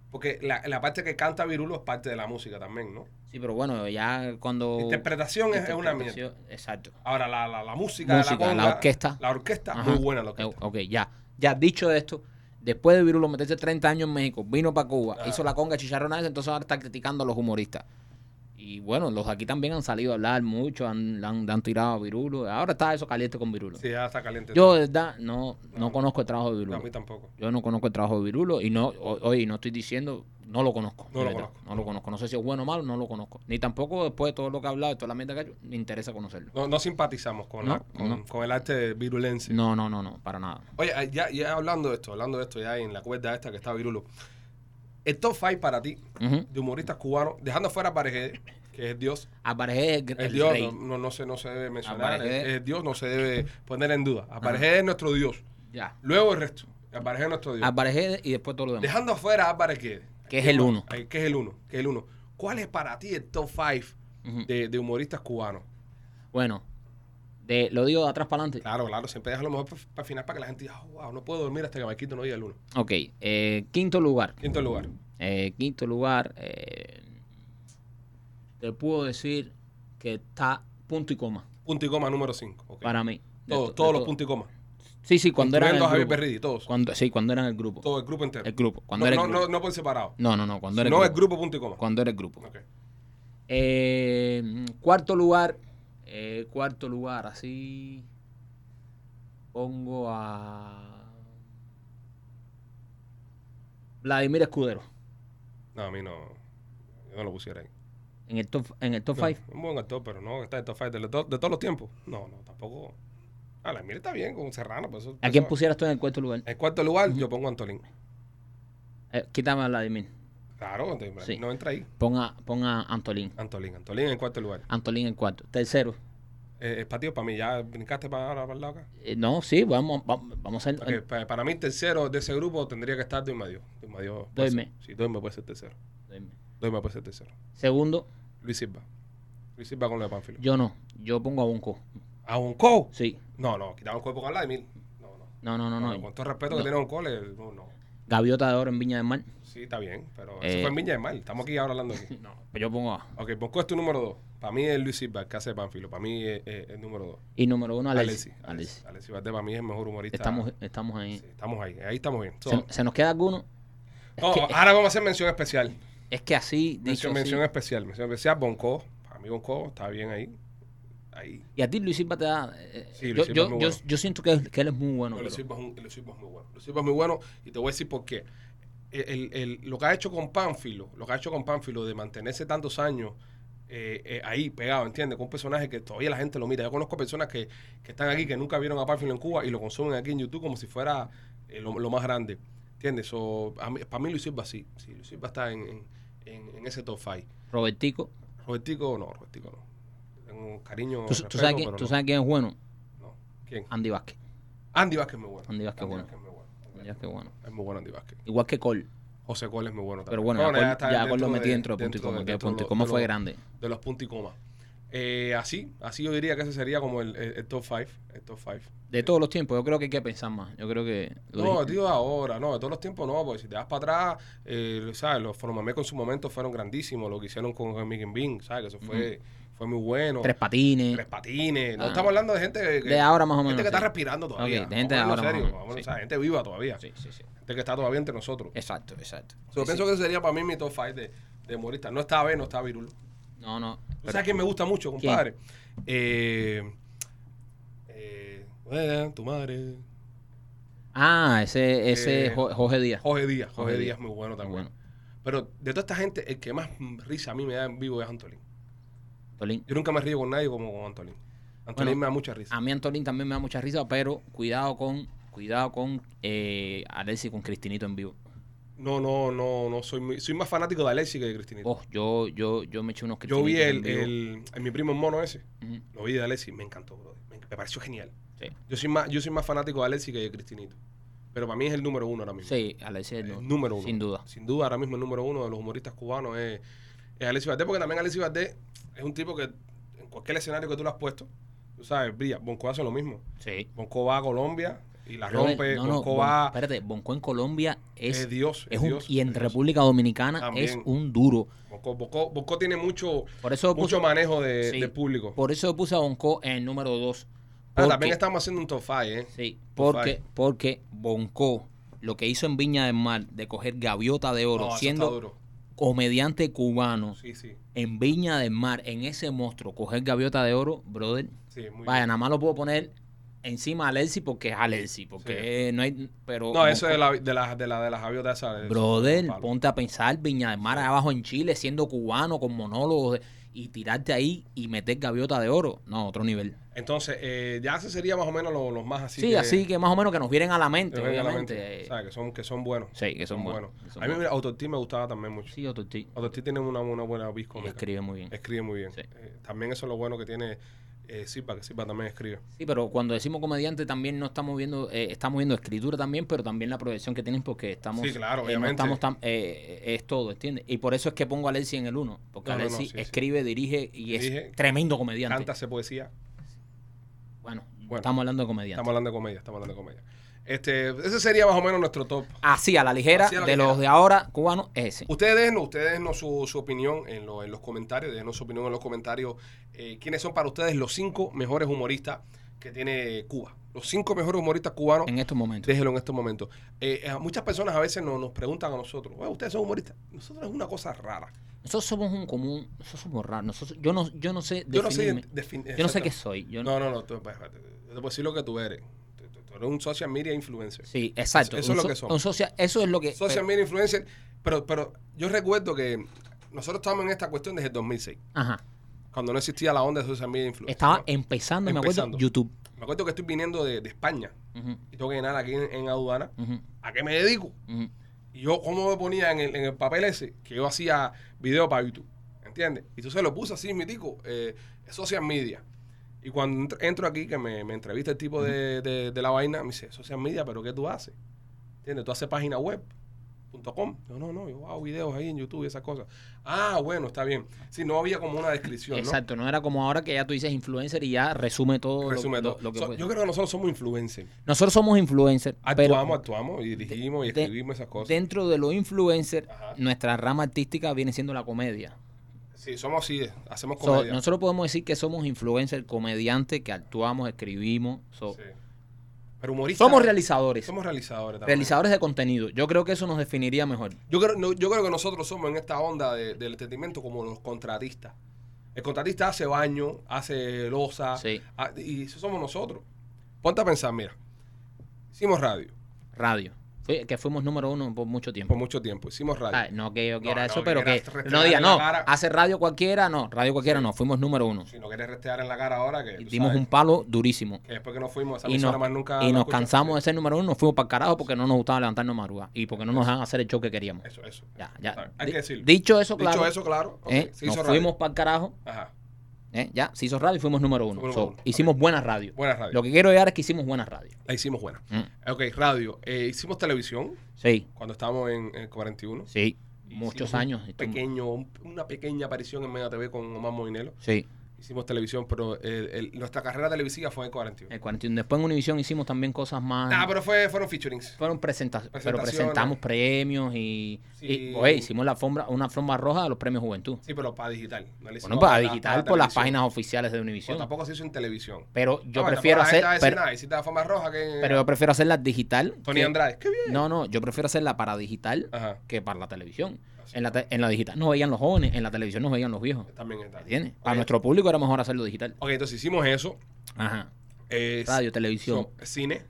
A: Porque la, la parte que canta Virulo es parte de la música también, ¿no?
B: Sí, pero bueno, ya cuando.
A: Interpretación es, es una mierda.
B: interpretación- Exacto.
A: Ahora, la, la, la música, de
B: Música,
A: la
B: la
A: conga.
B: orquesta.
A: La orquesta,
B: Ajá.
A: muy buena la orquesta.
B: Eh, Ok, ya. Ya dicho esto, después de Virulo meterse 30 años en México, vino para Cuba,
A: Ah.
B: hizo la conga chicharrona esa, entonces ahora está criticando a los humoristas. Y bueno, los de aquí también han salido a hablar mucho, han, han, han tirado a Virulo. Ahora está eso caliente con Virulo.
A: Sí, ya está caliente.
B: Yo, de verdad, no, no
A: No.
B: conozco el trabajo
A: No,
B: de
A: a
B: Virulo.
A: mí tampoco.
B: Yo no conozco el trabajo de Virulo y no, o- oye, no estoy diciendo, no lo conozco.
A: No
B: de
A: lo
B: verdad.
A: conozco.
B: No lo conozco. No sé si es bueno o malo, no lo conozco. Ni tampoco después de todo lo que ha hablado, de toda la mierda que ha hecho, me interesa conocerlo.
A: No, no simpatizamos con,
B: No,
A: la- con,
B: no.
A: con el arte virulense.
B: No, no, no, no, para nada.
A: Oye, ah, ya, ya hablando de esto, hablando de esto ya en la cuerda esta que está Virulo. El top 5 para ti
B: Ujú.
A: de humoristas cubanos, dejando fuera a Parejedes, que es Dios,
B: Aparece el, el
A: Es Dios,
B: rey.
A: no, no, no se, no se debe mencionar.
B: Aparecer.
A: Es, es Dios, no se debe poner en duda. Aparecer es nuestro Dios.
B: Ya.
A: Luego el resto. Aparecer es nuestro Dios.
B: Álvarez Guedes y después todo lo demás.
A: Dejando afuera a Álvarez Guedes.
B: Que es el uno.
A: Ay, Que es el uno. Que es el uno. ¿Cuál es para ti el top 5
B: Ujú.
A: de, de humoristas cubanos?
B: Bueno, de, lo digo de atrás para adelante.
A: Claro, claro. Siempre dejas lo mejor para el final para que la gente diga, "Oh, wow, no puedo dormir hasta que Marquito no diga el uno.
B: Ok, eh, quinto lugar.
A: Quinto lugar.
B: Eh, quinto lugar, eh, te puedo decir que está punto y coma
A: Punto y coma número 5.
B: para mí. De
A: Todos,
B: to-
A: todos
B: de
A: los
B: todo.
A: puntos y coma.
B: Sí, sí, cuando eran el
A: Incluyendo a Javier
B: grupo.
A: Berridi, todos.
B: Cuando, sí, cuando eran el grupo.
A: Todo el grupo entero.
B: El grupo.
A: no,
B: Cuando era
A: no,
B: el
A: no,
B: grupo.
A: no por separado.
B: No, no, no, cuando era
A: no
B: el
A: el
B: grupo.
A: grupo punto y coma.
B: Cuando era el grupo.
A: Ok.
B: Eh, cuarto lugar, eh, cuarto lugar, así pongo a Vladimir Escudero
A: No, a mí no. Yo no lo pusiera ahí.
B: en el top en el top
A: No,
B: 5.
A: Un buen actor, pero no, está en top 5 de, los to- de todos los tiempos. No, no, tampoco. Ah, la mira está bien con Serrano. Pues eso,
B: ¿A quién
A: eso-
B: pusieras tú en el cuarto lugar?
A: En cuarto lugar, yo pongo a Antolín.
B: Eh, quítame a Vladimir.
A: Claro, te-
B: Sí.
A: no entra ahí.
B: Ponga, ponga a Antolín.
A: Antolín, Antolín en cuarto lugar.
B: Antolín en cuarto. Tercero.
A: Eh, el patio para mí, ya brincaste para, ahora para el lado acá.
B: Eh, No, sí, vamos, vamos, vamos a...
A: Ok, pa- para mí, tercero de ese grupo tendría que estar Duerme Dios. Duerme Dios. puede
B: Duerme.
A: ser. Sí, Duerme puede ser tercero. Duerme puede ser tercero.
B: Segundo,
A: Luis Silva. Luis Silva con lo de Pánfilo.
B: yo no. Yo pongo a Bonco.
A: ¿A Bonco?
B: Sí.
A: No, no, quitaba un cuerpo con Vladimir. No, no.
B: No, no, no,
A: No, no,
B: no.
A: Con todo el respeto que tiene Bonco, le- no, no.
B: Gaviota de oro en Viña del Mar.
A: Sí, está bien, pero
B: Eh.
A: eso fue en Viña del Mar. Estamos aquí ahora hablando aquí.
B: No, pues yo pongo a...
A: Ok, Bonco es tu número dos. Para mí es Luis Silva, el que hace Pánfilo. Para mí es, es- es número dos.
B: Y número uno, Alexis.
A: Alexis,
B: Alexis.
A: Alexis. Alexis Valdés para mí es el mejor humorista.
B: Estamos, estamos ahí.
A: Sí, estamos ahí. Ahí estamos bien. So,
B: ¿Se, se nos queda alguno?
A: oh,
B: que-
A: ahora vamos a hacer mención especial.
B: Es que así, dicho
A: Mención,
B: así-
A: mención especial. Mención especial, Bonco. Para mí Bonco está bien ahí. Ahí.
B: Y a ti Luis Silva te da... eh,
A: Sí,
B: yo,
A: Luis Silva
B: yo-
A: es muy
B: yo-
A: bueno.
B: yo siento que, que él es muy bueno.
A: No,
B: pero-
A: Luis Silva es un- Luis Silva es muy bueno. Luis Silva es muy bueno y te voy a decir por qué. El- el- lo que ha hecho con Pánfilo, lo que ha hecho con Pánfilo de mantenerse tantos años eh, eh, ahí pegado, ¿entiendes? Con un personaje que todavía la gente lo mira. Yo conozco personas que, que están aquí, que nunca vieron a Pánfilo en Cuba y lo consumen aquí en YouTube como si fuera eh, lo, lo más grande, ¿entiendes? So, a mí- para mí Luis Silva sí, sí, Luis Silva está en, en- en- en ese top 5.
B: Robertico.
A: Robertico no, Robertico no. Tengo un cariño.
B: ¿Tú, tú
A: respeto,
B: sabes quién,
A: pero
B: tú
A: no.
B: sabes quién es bueno?
A: No. ¿Quién?
B: Andy Vázquez.
A: Andy Vázquez es muy bueno.
B: Andy Vázquez es bueno.
A: es muy bueno.
B: Andy Vázquez es bueno.
A: Es muy bueno Andy Vázquez.
B: Igual que Cole.
A: José Cole es muy bueno también.
B: Pero bueno, ya, Cole- ya Cole lo metí dentro de punto y coma. que punto y coma fue
A: grande.
B: grande.
A: De los punto y coma. Eh, así, así yo diría que ese sería como el, el- el top 5. El top five.
B: De todos los tiempos, yo creo que hay que pensar más. Yo creo que... lo
A: No,
B: dije-
A: tío, ahora, no, de todos los tiempos no, porque si te das para atrás, eh, ¿sabes? Los Formamé con su momento fueron grandísimos, lo que hicieron con Miguel Bing, ¿sabes? Que eso fue, fue muy bueno.
B: Tres patines.
A: Tres patines. No
B: Ah.
A: estamos hablando de gente que,
B: De ahora más o menos.
A: gente que está
B: sí.
A: respirando todavía.
B: Ok, de gente de
A: Vamos a
B: ahora
A: hablarlo serio,
B: más o menos,
A: vamos a-
B: sí.
A: o sea, gente viva todavía.
B: Sí, sí, sí.
A: Gente que está todavía entre nosotros.
B: Exacto, exacto.
A: Yo
B: Sí,
A: pienso
B: sí.
A: que ese sería para mí mi top 5 de, de humoristas. No está B, no está Virulo.
B: No, no.
A: ¿Tú sabes quién me gusta mucho,
B: ¿Quién?
A: compadre? Eh, eh, eh, tu madre.
B: Ah, ese, ese
A: Eh,
B: Jo- Jorge Díaz.
A: Jorge Díaz. Jorge
B: Jorge
A: Díaz
B: Díaz.
A: es muy bueno
B: Muy
A: también.
B: bueno.
A: Pero de toda esta gente, el que más mm, risa a mí me da en vivo es Antolín.
B: Antolín.
A: Yo nunca me río con nadie como con Antolín. Antolín
B: Bueno, Ah.
A: me da mucha risa.
B: A mí Antolín también me da mucha risa, pero cuidado con, cuidado con eh, Alexis con Cristinito en vivo.
A: No, no, no, no. Soy, muy- soy más fanático de Alexi que de Cristinito.
B: Oh, yo, yo, yo me eché unos
A: Yo
B: Cristinitos
A: vi
B: en
A: el,
B: vivo.
A: el- en mi primo el mono ese.
B: Ujú,
A: Lo vi de Alexi. Me encantó, bro. Me, me pareció genial.
B: Sí.
A: Yo soy más, yo soy más fanático de Alexi que de Cristinito. Pero para mí es el número uno ahora mismo.
B: Sí, Alexis es
A: El
B: el
A: número
B: número-
A: uno.
B: Eh, Sin duda.
A: Sin duda, ahora mismo el número uno de los humoristas cubanos es, es Alexis Valdés, porque también Alexis Valdés es un tipo que en cualquier escenario que tú lo has puesto, tú sabes, brilla. Bonco hace lo mismo.
B: Sí.
A: Bonco va a Colombia y la
B: Robert,
A: rompe.
B: no, no,
A: Bonco
B: Bon-
A: va.
B: espérate, Bonco en Colombia
A: Es,
B: es,
A: Dios.
B: es
A: Es
B: un-
A: Dios.
B: y en
A: es Dios.
B: República Dominicana es
A: También.
B: un duro.
A: Bonco, Bonco- Bonco tiene mucho,
B: Por eso puse,
A: mucho manejo de,
B: sí.
A: de público.
B: por eso puse a Bonco en el número 2.
A: Ah, también estamos haciendo un top five, ¿eh?
B: Sí,
A: Por
B: porque,
A: favor.
B: porque Bonco, lo que hizo en Viña del Mar de coger gaviota de oro,
A: No, eso está
B: siendo
A: duro.
B: comediante cubano
A: Sí, sí.
B: en Viña del Mar, en ese monstruo, coger gaviota de oro, brother.
A: sí muy
B: Vaya,
A: bien.
B: nada más lo puedo poner encima a Lercy porque es a Lercy, porque no hay. Pero,
A: No, eso de la, de la, de la, de las aviotas esas, eso es
B: Brother,
A: un palo.
B: ponte a pensar Viña del Mar allá abajo en Chile, siendo cubano, con monólogos, y tirarte ahí y meter gaviota de oro. No, otro nivel.
A: Entonces, eh, ya ese sería más o menos lo- los más así.
B: sí,
A: que-
B: así que más o menos que nos vienen a la mente,
A: que venga a la
B: obviamente.
A: mente.
B: Eh,
A: O sea, que son, que son buenos.
B: Sí, que son buenos. que son
A: A mí,
B: buenos.
A: mira, Autotí me gustaba también mucho.
B: Sí, otro tío.
A: Autotí tiene una, una buena vis
B: Y
A: cómica. Escribe.
B: escribe muy bien.
A: muy bien.
B: Sí.
A: Eh, también eso es lo bueno que tiene eh, Zipa, que Zipa también escribe.
B: Sí, pero cuando decimos comediante también no estamos viendo, eh, estamos viendo escritura también, pero también la proyección que tienen porque estamos...
A: Sí, claro,
B: eh, no
A: obviamente.
B: estamos tan- eh, eh, es todo, ¿entiendes? Y por eso es que pongo a Alexi en el uno, porque
A: No, no, no,
B: Alexi
A: sí, sí.
B: escribe, dirige y
A: Dirige,
B: es tremendo comediante.
A: Canta, hace poesía.
B: Bueno,
A: Bueno,
B: estamos hablando de comediante.
A: Estamos hablando de comedia, estamos hablando de comedia. Este, ese sería más o menos nuestro top.
B: Así, a la ligera,
A: Así a la
B: de
A: ligera.
B: los de ahora, cubanos, es ese.
A: Ustedes déjenos, ustedes déjenos su, su opinión en, lo- en los comentarios, déjenos su opinión en los comentarios. eh, ¿Quiénes son para ustedes los cinco mejores humoristas que tiene Cuba? Los cinco mejores humoristas cubanos
B: En estos momentos.
A: Déjelo en estos momentos. Eh, eh, muchas personas a veces no- nos preguntan a nosotros, "Oye, ustedes son humoristas. Nosotros es una cosa rara.
B: Nosotros somos un común, nosotros somos raros. Nosotros, yo, no, yo no sé
A: Yo no sé,
B: definirme.
A: defin-
B: Yo no sé
A: exacto.
B: qué soy. Yo no,
A: No, no, no. Tú, espérate, yo te puedo decir lo que tú eres. Tú, tú- tú eres un social media influencer.
B: Sí,
A: Eso- eso
B: exacto.
A: es
B: Un
A: lo
B: so-
A: que somos.
B: un social- eso es lo que...
A: Social media influencer. Pero, pero yo recuerdo que nosotros estábamos en esta cuestión desde el 2006,
B: Ajá.
A: cuando no existía la onda de social media influencer.
B: Estaba
A: ¿no?
B: empezando, me acuerdo,
A: Empezando.
B: YouTube.
A: Me acuerdo que estoy viniendo de, de España
B: Ujú,
A: y tengo que llenar aquí en, en aduana.
B: ujú,
A: ¿A qué me dedico?
B: ujú.
A: Y yo, ¿cómo me ponía en el, en el papel ese? Que yo hacía video para YouTube. ¿Entiendes? Y tú se lo puse así, mi tico, eh, social media. Y cuando entr- entro aquí, que me, me entrevista el tipo de, de- de la vaina, me dice, social media, pero ¿qué tú haces? ¿Entiendes? Tú haces página web. punto .com. Yo, no, no, yo hago videos ahí en YouTube y esas cosas. Ah, bueno, está bien. Sí, no había como una descripción, ¿no?
B: Exacto, no era como ahora que ya tú dices influencer y ya resume todo lo-
A: Resume
B: lo,
A: todo.
B: lo que
A: So,
B: puede.
A: yo creo que nosotros somos influencers.
B: Nosotros somos influencers, pero
A: Actuamos, actuamos y dirigimos y
B: de-
A: escribimos esas cosas.
B: dentro de los influencers,
A: Ajá.
B: nuestra rama artística viene siendo la comedia.
A: sí, somos así, eh, hacemos
B: So,
A: comedia.
B: nosotros podemos decir que somos influencers, comediantes, que actuamos, escribimos. so-
A: Sí. Pero humoristas.
B: Somos realizadores,
A: Somos realizadores también.
B: realizadores de contenido. Yo creo que eso nos definiría mejor.
A: Yo creo, no, yo creo que nosotros somos en esta onda de- del entendimiento como los contratistas. El contratista hace baño, hace losa,
B: Sí.
A: ha- y eso somos nosotros. Ponte a pensar, mira, hicimos radio
B: Radio, Fue- que fuimos número uno por mucho tiempo.
A: por mucho tiempo, hicimos radio.
B: Ay, no que yo quiera
A: No,
B: eso,
A: no,
B: pero
A: que
B: que
A: quieras
B: no diga,
A: restregarle la
B: no,
A: cara.
B: hace radio cualquiera, no, radio cualquiera no, fuimos número uno.
A: Si no quieres restear en la cara ahora, que
B: Y
A: tú
B: dimos
A: sabes,
B: un palo durísimo.
A: que después que nos fuimos, esa
B: Y nos,
A: emisora más nunca
B: y
A: la
B: nos
A: escuchaste.
B: cansamos de ser número uno, nos fuimos para el carajo porque no nos gustaba levantarnos de madrugada y porque no nos dejaban hacer el show que queríamos.
A: Eso, eso.
B: Ya, ya.
A: Hay
B: Di-
A: que decirlo.
B: Dicho eso, claro.
A: Dicho eso, claro, ok,
B: ¿eh?
A: se
B: nos
A: hizo radio.
B: fuimos para el carajo,
A: Ajá,
B: ¿eh? ya, se hizo radio y fuimos número uno.
A: Fuimos
B: So,
A: número uno.
B: Hicimos buena radio.
A: buena radio.
B: Lo que quiero llegar es que hicimos buena radio.
A: La hicimos buena.
B: Mm.
A: Ok, radio. Eh, hicimos televisión
B: Sí,
A: cuando estábamos en, en 41.
B: sí,
A: Hicimos
B: muchos
A: un
B: años. estuvimos-
A: Pequeño, un- una pequeña aparición en Mega TV con Omar Moinelo.
B: Sí,
A: Hicimos televisión, pero eh, el- nuestra carrera televisiva fue en 41.
B: el 41. Después en Univisión hicimos también cosas más.
A: Ah, pero fue, fueron featurings.
B: Fueron presentaciones, pero
A: Presentaciones.
B: presentamos premios y,
A: Sí.
B: y, oye, hicimos la alfombra, una alfombra roja de los premios Juventud.
A: Sí, pero para digital. No le hicimos
B: Bueno, para
A: la-
B: digital
A: la
B: por las
A: televisión.
B: páginas oficiales de
A: Pues
B: Univision.
A: tampoco se hizo en televisión.
B: Pero yo
A: Ah, bueno, tampoco
B: prefiero
A: la gente
B: hacer,
A: va a decir
B: pero,
A: nada, hiciste la fama roja que...
B: pero yo prefiero hacerla digital.
A: Tony Ah.
B: que-
A: Andrade, qué bien.
B: No, no, yo prefiero hacerla para digital
A: Ajá.
B: que para la televisión.
A: Ah,
B: En la, te- en la digital nos veían los jóvenes, en la televisión nos veían los viejos.
A: También está.
B: ¿Entiendes?
A: Ok.
B: Para nuestro público era mejor hacerlo digital.
A: Ok, entonces hicimos eso.
B: Ajá.
A: Eh,
B: Radio,
A: hicimos
B: televisión,
A: Cine.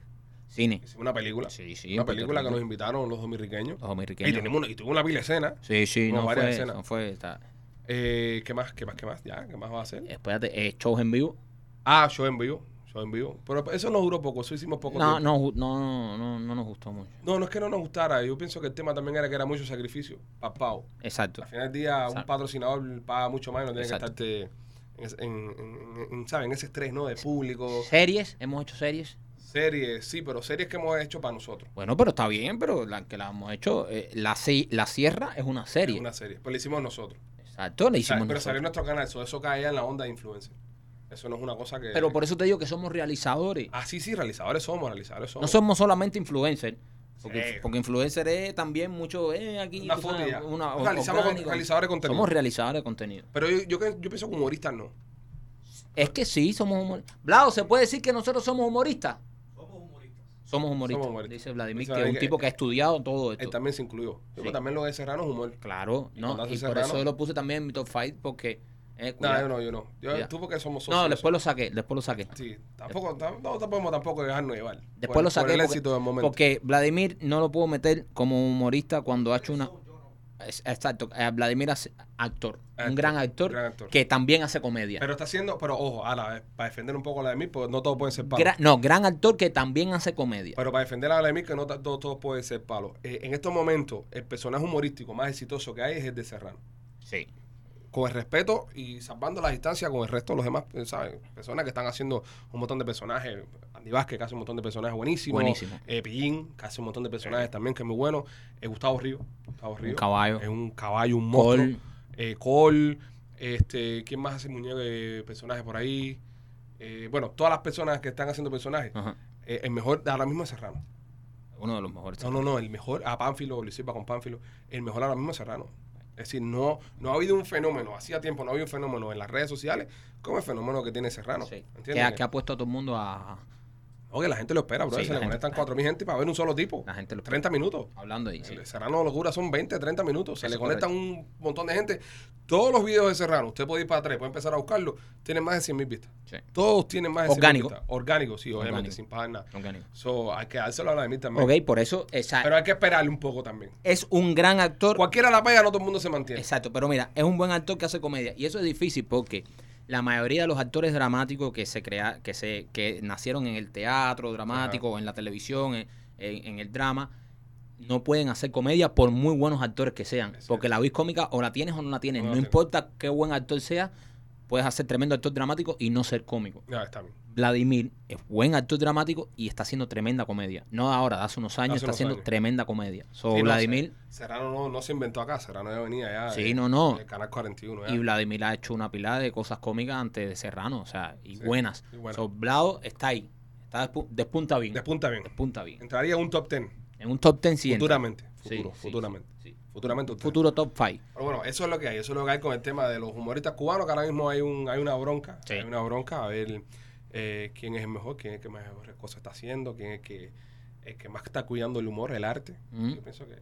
B: cine.
A: Hicimos una película.
B: Sí, sí.
A: una
B: en Puerto
A: película que
B: Rico.
A: nos invitaron los dominicanos.
B: Los
A: Y,
B: americanos.
A: tenemos una, y tuvimos una pila de escena.
B: Sí, sí,
A: Hubo
B: no
A: varias
B: fue,
A: escenas.
B: no fue. está-
A: Eh, ¿Qué más? ¿Qué más? ¿Qué más? ¿Ya? ¿Qué más va a hacer?
B: Espérate, eh, shows en vivo.
A: Ah, show en vivo. Show en vivo. Pero eso nos duró poco. Eso hicimos poco
B: No,
A: tiempo.
B: no, ju- no, no, no nos gustó mucho.
A: No, no es que no nos gustara. Yo pienso que el tema también era que era mucho sacrificio. Papao.
B: Exacto.
A: Al final del día, un
B: Exacto.
A: patrocinador paga mucho más y no tiene
B: Exacto.
A: que estarte en, es- en- en- en- ¿sabes? en ese estrés, ¿no? De público.
B: Series, hemos hecho series.
A: Series, sí, pero series que hemos hecho para nosotros.
B: Bueno, pero está bien, pero la que la hemos hecho, eh, la, Si- la Sierra es una serie.
A: Una serie. Pues la hicimos nosotros.
B: Exacto, la
A: O sea,
B: hicimos
A: pero salió en nuestro
B: nosotros.
A: canal. Eso, eso caía en la onda de influencer. Eso no es una Ah, cosa que.
B: Pero por eso te digo que somos realizadores.
A: Así sí, realizadores somos, realizadores somos.
B: No somos solamente influencers. Porque,
A: Sí.
B: porque influencer es también mucho eh, aquí
A: Una
B: tú
A: foto y
B: sabes,
A: ya.
B: una- o-
A: Realizamos con-
B: orgánico.
A: realizadores de contenido.
B: somos realizadores de contenido
A: Pero yo, yo, que- yo pienso que humoristas no.
B: es que sí somos humoristas Blau se puede decir que nosotros somos humoristas
C: Somos humoristas.
B: somos humoristas,
A: Somos humoristas.
B: dice Vladimir
A: Dice
B: que es un
A: Vladimir que- eh,
B: tipo que ha estudiado todo esto
A: Él también se incluyó. Yo creo que también lo de Serrano es humor.
B: Claro, no,
A: cuando hace
B: y por
A: Serrano-
B: eso lo puse también en mi top 5 porque... eh,
A: No,
B: cuidado.
A: yo no, yo no. Yo,
B: Ya.
A: Tú porque somos
B: no,
A: socios.
B: después lo saqué, después lo saqué.
A: Sí, tampoco, tam- no, podemos tampoco dejarnos llevar.
B: Después
A: Por-
B: lo saqué
A: Por el
B: porque,
A: éxito del momento.
B: porque Vladimir no lo puedo meter como humorista cuando ha hecho una... es- Exacto, eh, Vladimir es actor,
A: Actor,
B: un gran actor,
A: gran actor.
B: que también hace comedia.
A: Pero está haciendo, pero ojo, a la, para defender un poco a la de mí, pues no todos pueden ser palos.
B: Gra- no, gran actor que también hace comedia.
A: Pero para defender a la de mí, que no ta- todos, todos pueden ser palos. Eh, en estos momentos, el personaje humorístico más exitoso que hay es el de Serrano.
B: Sí.
A: Con el respeto y salvando la distancia con el resto de los demás, eh, ¿sabes? Personas que están haciendo un montón de personajes. Andy Vázquez, que hace un montón de personajes buenísimos.
B: Buenísimo.
A: Eh, Pillín, que hace un montón de personajes también, que es muy bueno. Eh, Gustavo Río. Gustavo Río.
B: caballo.
A: Es un caballo, un
B: Col.
A: monstruo. Eh, Col. Este, ¿Quién más hace muñeco de personajes por ahí? Eh, bueno, todas las personas que están haciendo personajes.
B: Ajá.
A: Eh, el mejor ahora mismo es Serrano.
B: Uno de los mejores.
A: No, no, no. El mejor a Pánfilo, lo hicimos con Pánfilo. El mejor ahora mismo es Serrano. Es decir, no, no ha habido un fenómeno, hacía tiempo no había un fenómeno en las redes sociales como el fenómeno que tiene Serrano.
B: Sí.
A: ¿Entiendes?
B: Que, ha, que ha puesto a todo el mundo a...
A: Oye, la gente lo espera, bro.
B: Sí,
A: se
B: la
A: le
B: gente-
A: conectan 4.000 gente para ver un solo tipo.
B: La gente lo espera.
A: 30 minutos.
B: Hablando ahí, sí.
A: El Serrano locura son 20, 30 minutos. Se
B: Eso
A: le
B: es
A: conectan un montón de gente. Todos los videos de Serrano, usted puede ir para atrás, puede empezar a buscarlo, tienen más de 100.000 vistas.
B: Sí.
A: Todos tienen más de 100.000
B: Orgánico.
A: vistas. Orgánico, sí, obviamente,
B: Orgánico.
A: sin pagar nada.
B: Orgánico.
A: So, hay que dárselo a la de mí también.
B: Ok, por eso esa-
A: Pero hay que esperarle un poco también.
B: es un gran actor.
A: Cualquiera la pega, no todo el mundo se mantiene.
B: Exacto, pero mira, es un buen actor que hace comedia. Y eso es difícil porque la mayoría de los actores dramáticos que se crea, que se, que nacieron en el teatro dramático, o en la televisión, en, en- en el drama, no pueden hacer comedia por muy buenos actores que sean.
A: Es
B: Porque la vis cómica o la tienes o no la tienes.
A: No
B: No,
A: la tienes.
B: importa qué buen actor sea, Puedes hacer tremendo actor dramático y no ser cómico.
A: Ya, está bien.
B: Vladimir es buen actor dramático y está haciendo tremenda comedia. No ahora, hace unos años
A: Hace
B: está
A: unos
B: haciendo
A: años.
B: tremenda comedia. So,
A: Sí, no, Ah,
B: Vladimir,
A: Se- Serrano no, no se inventó acá, Serrano ya venía ya.
B: Sí,
A: de-
B: no, no.
A: del Canal 41. Ya.
B: y Vladimir ha hecho una pila de cosas cómicas antes de Serrano, o sea, y
A: Sí,
B: buenas.
A: y buenas.
B: So, Vlado está ahí. Está despu- despunta bien.
A: Despunta bien.
B: Despunta bien.
A: Entraría en un top 10.
B: En un top 10 siguiente.
A: Futuramente.
B: Sí,
A: Futuro,
B: sí,
A: futuramente.
B: sí, sí.
A: Futuramente. top 10.
B: Futuro top 5.
A: Pero bueno, eso es lo que hay, eso es lo que hay con el tema de los humoristas cubanos, que ahora mismo hay un, hay una bronca,
B: Sí.
A: hay una bronca a ver eh, quién es el mejor, quién es el que más cosas está haciendo, quién es el que, el que más está cuidando el humor, el arte.
B: Ujú.
A: Yo pienso que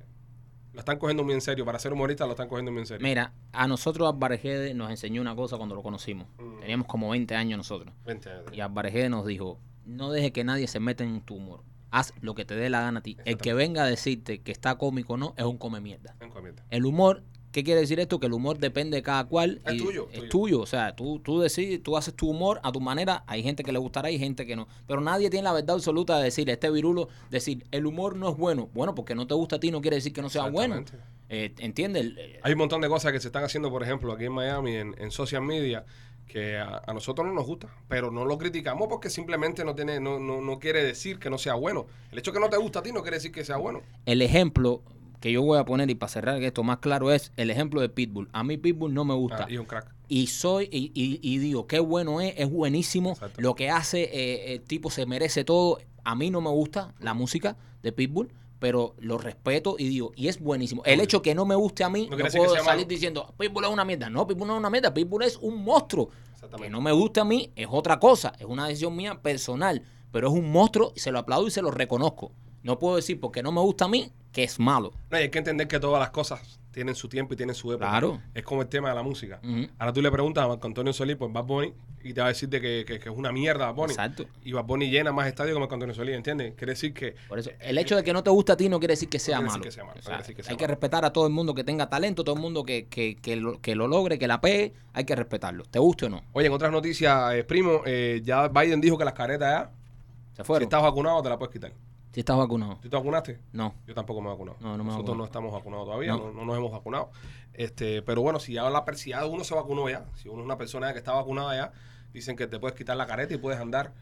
A: lo están cogiendo muy en serio, para ser humorista lo están cogiendo muy en serio.
B: Mira, a nosotros Alvarejede nos enseñó una cosa cuando lo conocimos.
A: Mm.
B: Teníamos como 20 años nosotros.
A: Vente, Adri.
B: Y Alvarejede nos dijo, no deje que nadie se meta en tu humor. Haz lo que te dé la gana a ti. El que venga a decirte que está cómico o no es un come mierda.
A: Ven, comiente.
B: El humor, ¿qué quiere decir esto? Que el humor depende de cada cual.
A: Es
B: y
A: tuyo,
B: Es
A: tuyo.
B: tuyo. O sea, tú, tú decides, tú haces tu humor a tu manera. Hay gente que le gustará y gente que no. Pero nadie tiene la verdad absoluta de decir, este virulo, decir, el humor no es bueno. Bueno, porque no te gusta a ti no quiere decir que no sea bueno.
A: Exactamente.
B: Eh, ¿Entiendes? El- el-
A: Hay un montón de cosas que se están haciendo, por ejemplo, aquí en Miami, en, en social media, que a, a nosotros no nos gusta, pero no lo criticamos porque simplemente no tiene, no, no, no quiere decir que no sea bueno. El hecho que no te gusta a ti no quiere decir que sea bueno.
B: El ejemplo que yo voy a poner y para cerrar esto más claro es el ejemplo de Pitbull. A mí Pitbull no me gusta.
A: Ah, y un crack.
B: y soy y, y- y digo qué bueno es es buenísimo
A: Exacto.
B: lo que hace eh, el tipo se merece todo a mí no me gusta la música de Pitbull pero lo respeto y digo y es buenísimo el hecho que no me guste a mí
A: No
B: no,
A: quiere decir que
B: puedo
A: sea
B: salir
A: malo.
B: diciendo Pitbull es una mierda no Pitbull no es una mierda Pitbull es un monstruo que
A: Exactamente.
B: no me guste a mí es otra cosa es una decisión mía personal pero es un monstruo y se lo aplaudo y se lo reconozco no puedo decir porque no me gusta a mí que es malo
A: No, y hay que entender que todas las cosas tienen su tiempo y tienen su época.
B: Claro.
A: Es como el tema de la música.
B: Ujú.
A: Ahora tú le preguntas a Marco Antonio Solís por Bad Bunny y te va a decir de que, que- que es una mierda Bad Bunny.
B: Exacto.
A: Y Bad Bunny llena más estadios que Marco Antonio Solís, ¿entiendes? Quiere decir que
B: Por eso, el hecho de que no te gusta a ti no quiere decir que sea
A: quiere decir
B: malo.
A: que sea malo, no
B: O
A: quiere
B: sea,
A: decir que sea
B: hay que
A: malo.
B: respetar a todo el mundo que tenga talento, todo el mundo que, que, que lo, que lo logre, que la pegue, hay que respetarlo. ¿Te guste o no?
A: Oye, en otras noticias, eh, primo, eh, ya Biden dijo que las caretas ya, si
B: ¿Se fueron?
A: estás vacunado, te las puedes quitar.
B: Si estás vacunado.
A: ¿Tú te vacunaste?
B: No.
A: Yo tampoco me he vacunado.
B: No, no me he
A: Nosotros
B: vacunado.
A: no estamos vacunados todavía, no.
B: No.
A: no nos hemos vacunado. Este, pero bueno, si ya, la, per- si ya uno se vacunó ya, si uno es una persona que está vacunada ya, dicen que te puedes quitar la careta y puedes andar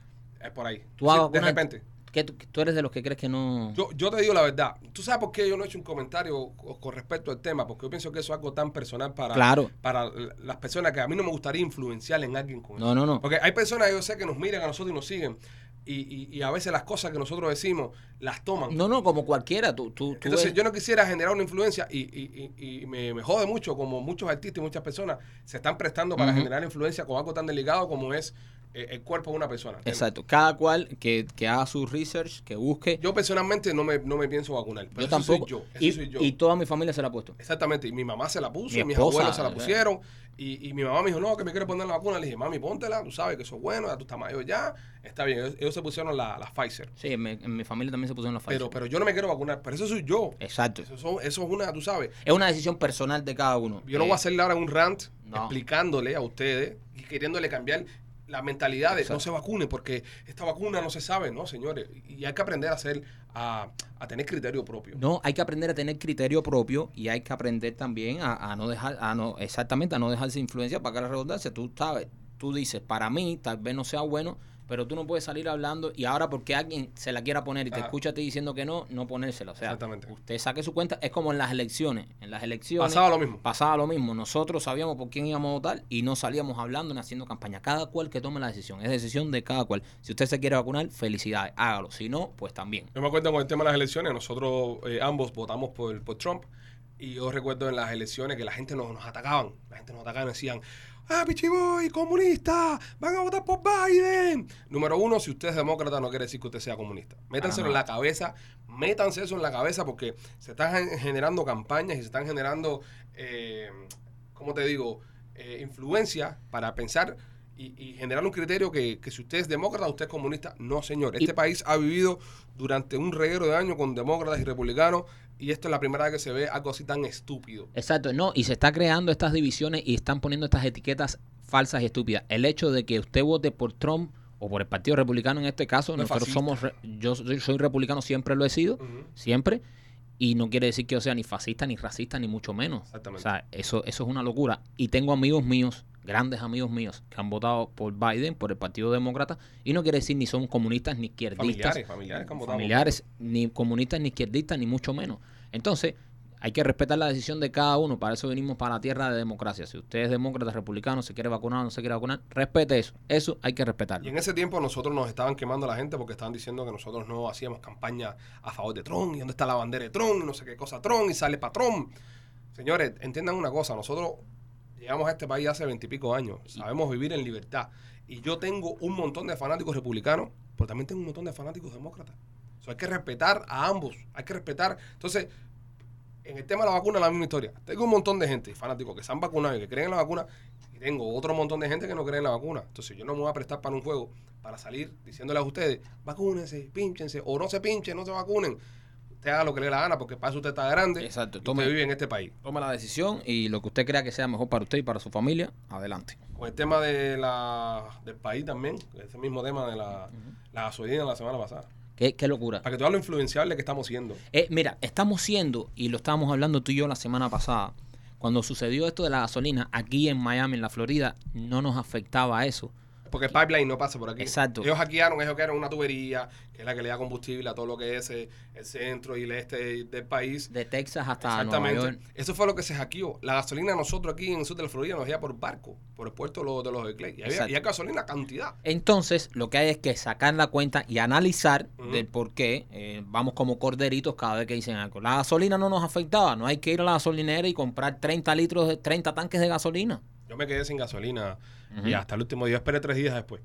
A: eh, por ahí.
B: ¿Tú vas a
A: Sí, de
B: vacunar?
A: repente.
B: ¿Qué tú, tú eres de los que crees que no...?
A: Yo, yo te digo la verdad. ¿Tú sabes por qué yo no he hecho un comentario co- con respecto al tema? Porque yo pienso que eso es algo tan personal para,
B: Claro.
A: para l- las personas que a mí no me gustaría influenciar en alguien con
B: No,
A: eso.
B: no, no.
A: Porque hay personas, yo sé, que nos miran a nosotros y nos siguen. Y, y- y a veces las cosas que nosotros decimos las toman.
B: No, no, como cualquiera. Tú, tú, tú
A: Entonces
B: ves-
A: yo no quisiera generar una influencia y, y- y- y me, me jode mucho como muchos artistas y muchas personas se están prestando para
B: Ujú.
A: generar influencia con algo tan delicado como es eh, el cuerpo de una persona. ¿entiendes?
B: Exacto. Cada cual que, que haga su research, que busque. Yo,
A: Yo personalmente no me, no me pienso vacunar, pero eso
B: tampoco.
A: soy yo. eso
B: y,
A: soy yo.
B: y toda mi familia se la ha puesto.
A: Exactamente, y mi mamá se la puso,
B: Mi
A: mis
B: esposa,
A: abuelos se la
B: ¿verdad?
A: pusieron, y, y mi mamá me dijo, no, que me quiere poner la vacuna. Le dije, mami, póntela, tú sabes que eso es bueno, ya tú estás mayor ya, está bien. Ellos, ellos se pusieron la, la Pfizer,
B: Sí, en mi, en mi familia también se pusieron la Pfizer. Eh.
A: pero pero yo no me quiero vacunar, pero eso soy yo.
B: Exacto.
A: Eso, son- eso es una, tú sabes,
B: Es una decisión personal de cada uno.
A: Yo no
B: Eh,
A: voy a hacerle ahora un rant
B: No.
A: explicándole a ustedes y queriéndole cambiar la mentalidad de no
B: Exacto.
A: se vacunen porque esta vacuna no se sabe, ¿no, señores? Y hay que aprender a hacer, a, a tener criterio propio.
B: No, hay que aprender a tener criterio propio y hay que aprender también a, a no dejar, a no, exactamente, a no dejarse influencia para que la redundancia, tú sabes, tú dices, para mí tal vez no sea bueno, pero tú no puedes salir hablando y ahora porque alguien se la quiera poner y te
A: Ajá.
B: escucha a ti diciendo que no, no ponérsela. O sea,
A: Exactamente.
B: usted saque su cuenta, es como en las elecciones, en las elecciones.
A: Pasaba lo mismo.
B: Pasaba lo mismo, nosotros sabíamos por quién íbamos a votar y no salíamos hablando ni haciendo campaña. Cada cual que tome la decisión, es decisión de cada cual. Si usted se quiere vacunar, felicidades, hágalo. Si no, pues también.
A: Yo me acuerdo con el tema de las elecciones, nosotros eh, ambos votamos por, por Trump y yo recuerdo en las elecciones que la gente nos, nos atacaban, la gente nos atacaba y decían, ah, pichiboy, comunista, van a votar por Biden. Número uno, si usted es demócrata no quiere decir que usted sea comunista. Métanselo
B: Para
A: en
B: nada.
A: la cabeza, métanse eso en la cabeza porque se están gen- generando campañas y se están generando, eh, ¿cómo te digo?, eh, influencia para pensar. Y, y generar un criterio que, que si usted es demócrata, usted es comunista. No, señor. Este
B: Y-
A: país ha vivido durante un reguero de años con demócratas y republicanos y esto es la primera vez que se ve algo así tan estúpido.
B: Exacto, no, y se está creando estas divisiones y están poniendo estas etiquetas falsas y estúpidas. El hecho de que usted vote por Trump o por el Partido Republicano en este caso,
A: No es
B: nosotros
A: fascista.
B: somos, re- yo soy, soy republicano, siempre lo he sido, siempre, Y no quiere decir que yo sea ni fascista, ni racista, ni mucho menos.
A: Exactamente.
B: O sea, eso, eso es una locura. Y tengo amigos míos, grandes amigos míos, que han votado por Biden, por el Partido Demócrata, y no quiere decir ni son comunistas ni izquierdistas.
A: Familiares, familiares que han votado.
B: familiares, ni comunistas, ni izquierdistas, ni mucho menos. Entonces, hay que respetar la decisión de cada uno. Para eso venimos para la tierra de democracia. Si usted es demócrata, republicano, se quiere vacunar o no se quiere vacunar, respete eso. Eso hay que
A: Y
B: respetarlo.
A: en ese tiempo nosotros nos estaban quemando a la gente porque estaban diciendo que nosotros no hacíamos campaña a favor de Trump y dónde está la bandera de Trump y no sé qué cosa Trump y sale para Trump. Señores, entiendan una cosa, nosotros llegamos a este país hace veintipico años, sabemos vivir en libertad y yo tengo un montón de fanáticos republicanos, pero también tengo un montón de fanáticos demócratas. So, hay que respetar a ambos, hay que respetar. Entonces, en el tema de la vacuna, la misma historia. Tengo un montón de gente, fanáticos, que se han vacunado y que creen en la vacuna, y tengo otro montón de gente que no cree en la vacuna. Entonces, yo no me voy a prestar para un juego para salir diciéndole a ustedes, vacúnense, pínchense, o no se pinchen, no se vacunen. Usted haga lo que le dé la gana, porque para eso usted está grande.
B: Exacto,
A: y
B: tome-
A: usted vive en este país.
B: Toma la decisión y lo que usted crea que sea mejor para usted y para su familia, adelante.
A: Con el tema de la, del país también, ese mismo tema de la, la gasolina la semana pasada.
B: Qué, qué locura.
A: Para que tú veas lo influenciable que estamos siendo.
B: Eh, mira, estamos siendo, y lo estábamos hablando tú y yo la semana pasada, cuando sucedió esto de la gasolina aquí en Miami, en la Florida, no nos afectaba eso.
A: Porque el pipeline no pasa por aquí.
B: Exacto.
A: Ellos hackearon, ellos hackearon una tubería, que es la que le da combustible a todo lo que es eh, el centro y el este del país.
B: De Texas hasta Nueva York.
A: Exactamente. Eso fue lo que se hackeó. La gasolina nosotros aquí en el sur de la Florida nos llega por barco, por el puerto de los- de los Clay. Y había,
B: Exacto.
A: y hay gasolina cantidad.
B: Entonces, lo que hay es que sacar la cuenta y analizar
A: Ujú.
B: del por qué eh, vamos como corderitos cada vez que dicen algo. La gasolina no nos afectaba, no hay que ir a la gasolinera y comprar 30 litros, de, 30 tanques de gasolina.
A: Yo me quedé sin gasolina
B: Ujú.
A: y hasta el último día esperé tres días después.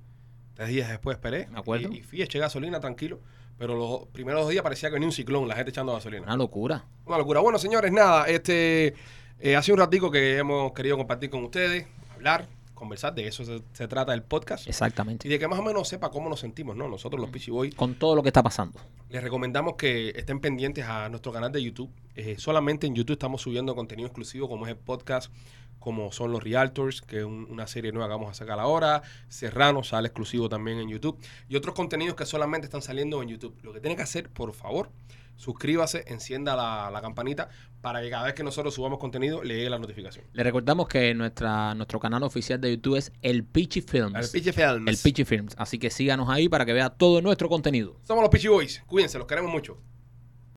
A: Tres días después esperé.
B: Me acuerdo.
A: Y, y fui, eché gasolina tranquilo. Pero los primeros dos días parecía que venía un ciclón, la gente echando gasolina.
B: Una locura.
A: Una locura. Bueno, señores, nada, este eh, hace un ratico que hemos querido compartir con ustedes, hablar, conversar, de eso se, se trata el podcast. Y
B: Exactamente.
A: de que más o menos sepa cómo nos sentimos, ¿no? Nosotros los Pichi Boys
B: Con todo lo que está pasando.
A: les recomendamos que estén pendientes a nuestro canal de YouTube. Eh, solamente en YouTube estamos subiendo contenido exclusivo como es el podcast, como son los Realtors, que es un- una serie nueva que vamos a sacar ahora. Serrano sale exclusivo también en YouTube. Y otros contenidos que solamente están saliendo en YouTube. Lo que tiene que hacer, por favor, suscríbase, encienda la, la campanita para que cada vez que nosotros subamos contenido le llegue la notificación.
B: Le recordamos que nuestra, nuestro canal oficial de YouTube es El Pichi
A: El
B: Films.
A: Pichi Films.
B: El Pichi Films. Así que síganos ahí para que vea todo nuestro contenido.
A: Somos los Pichi Boys. Cuídense, los queremos mucho.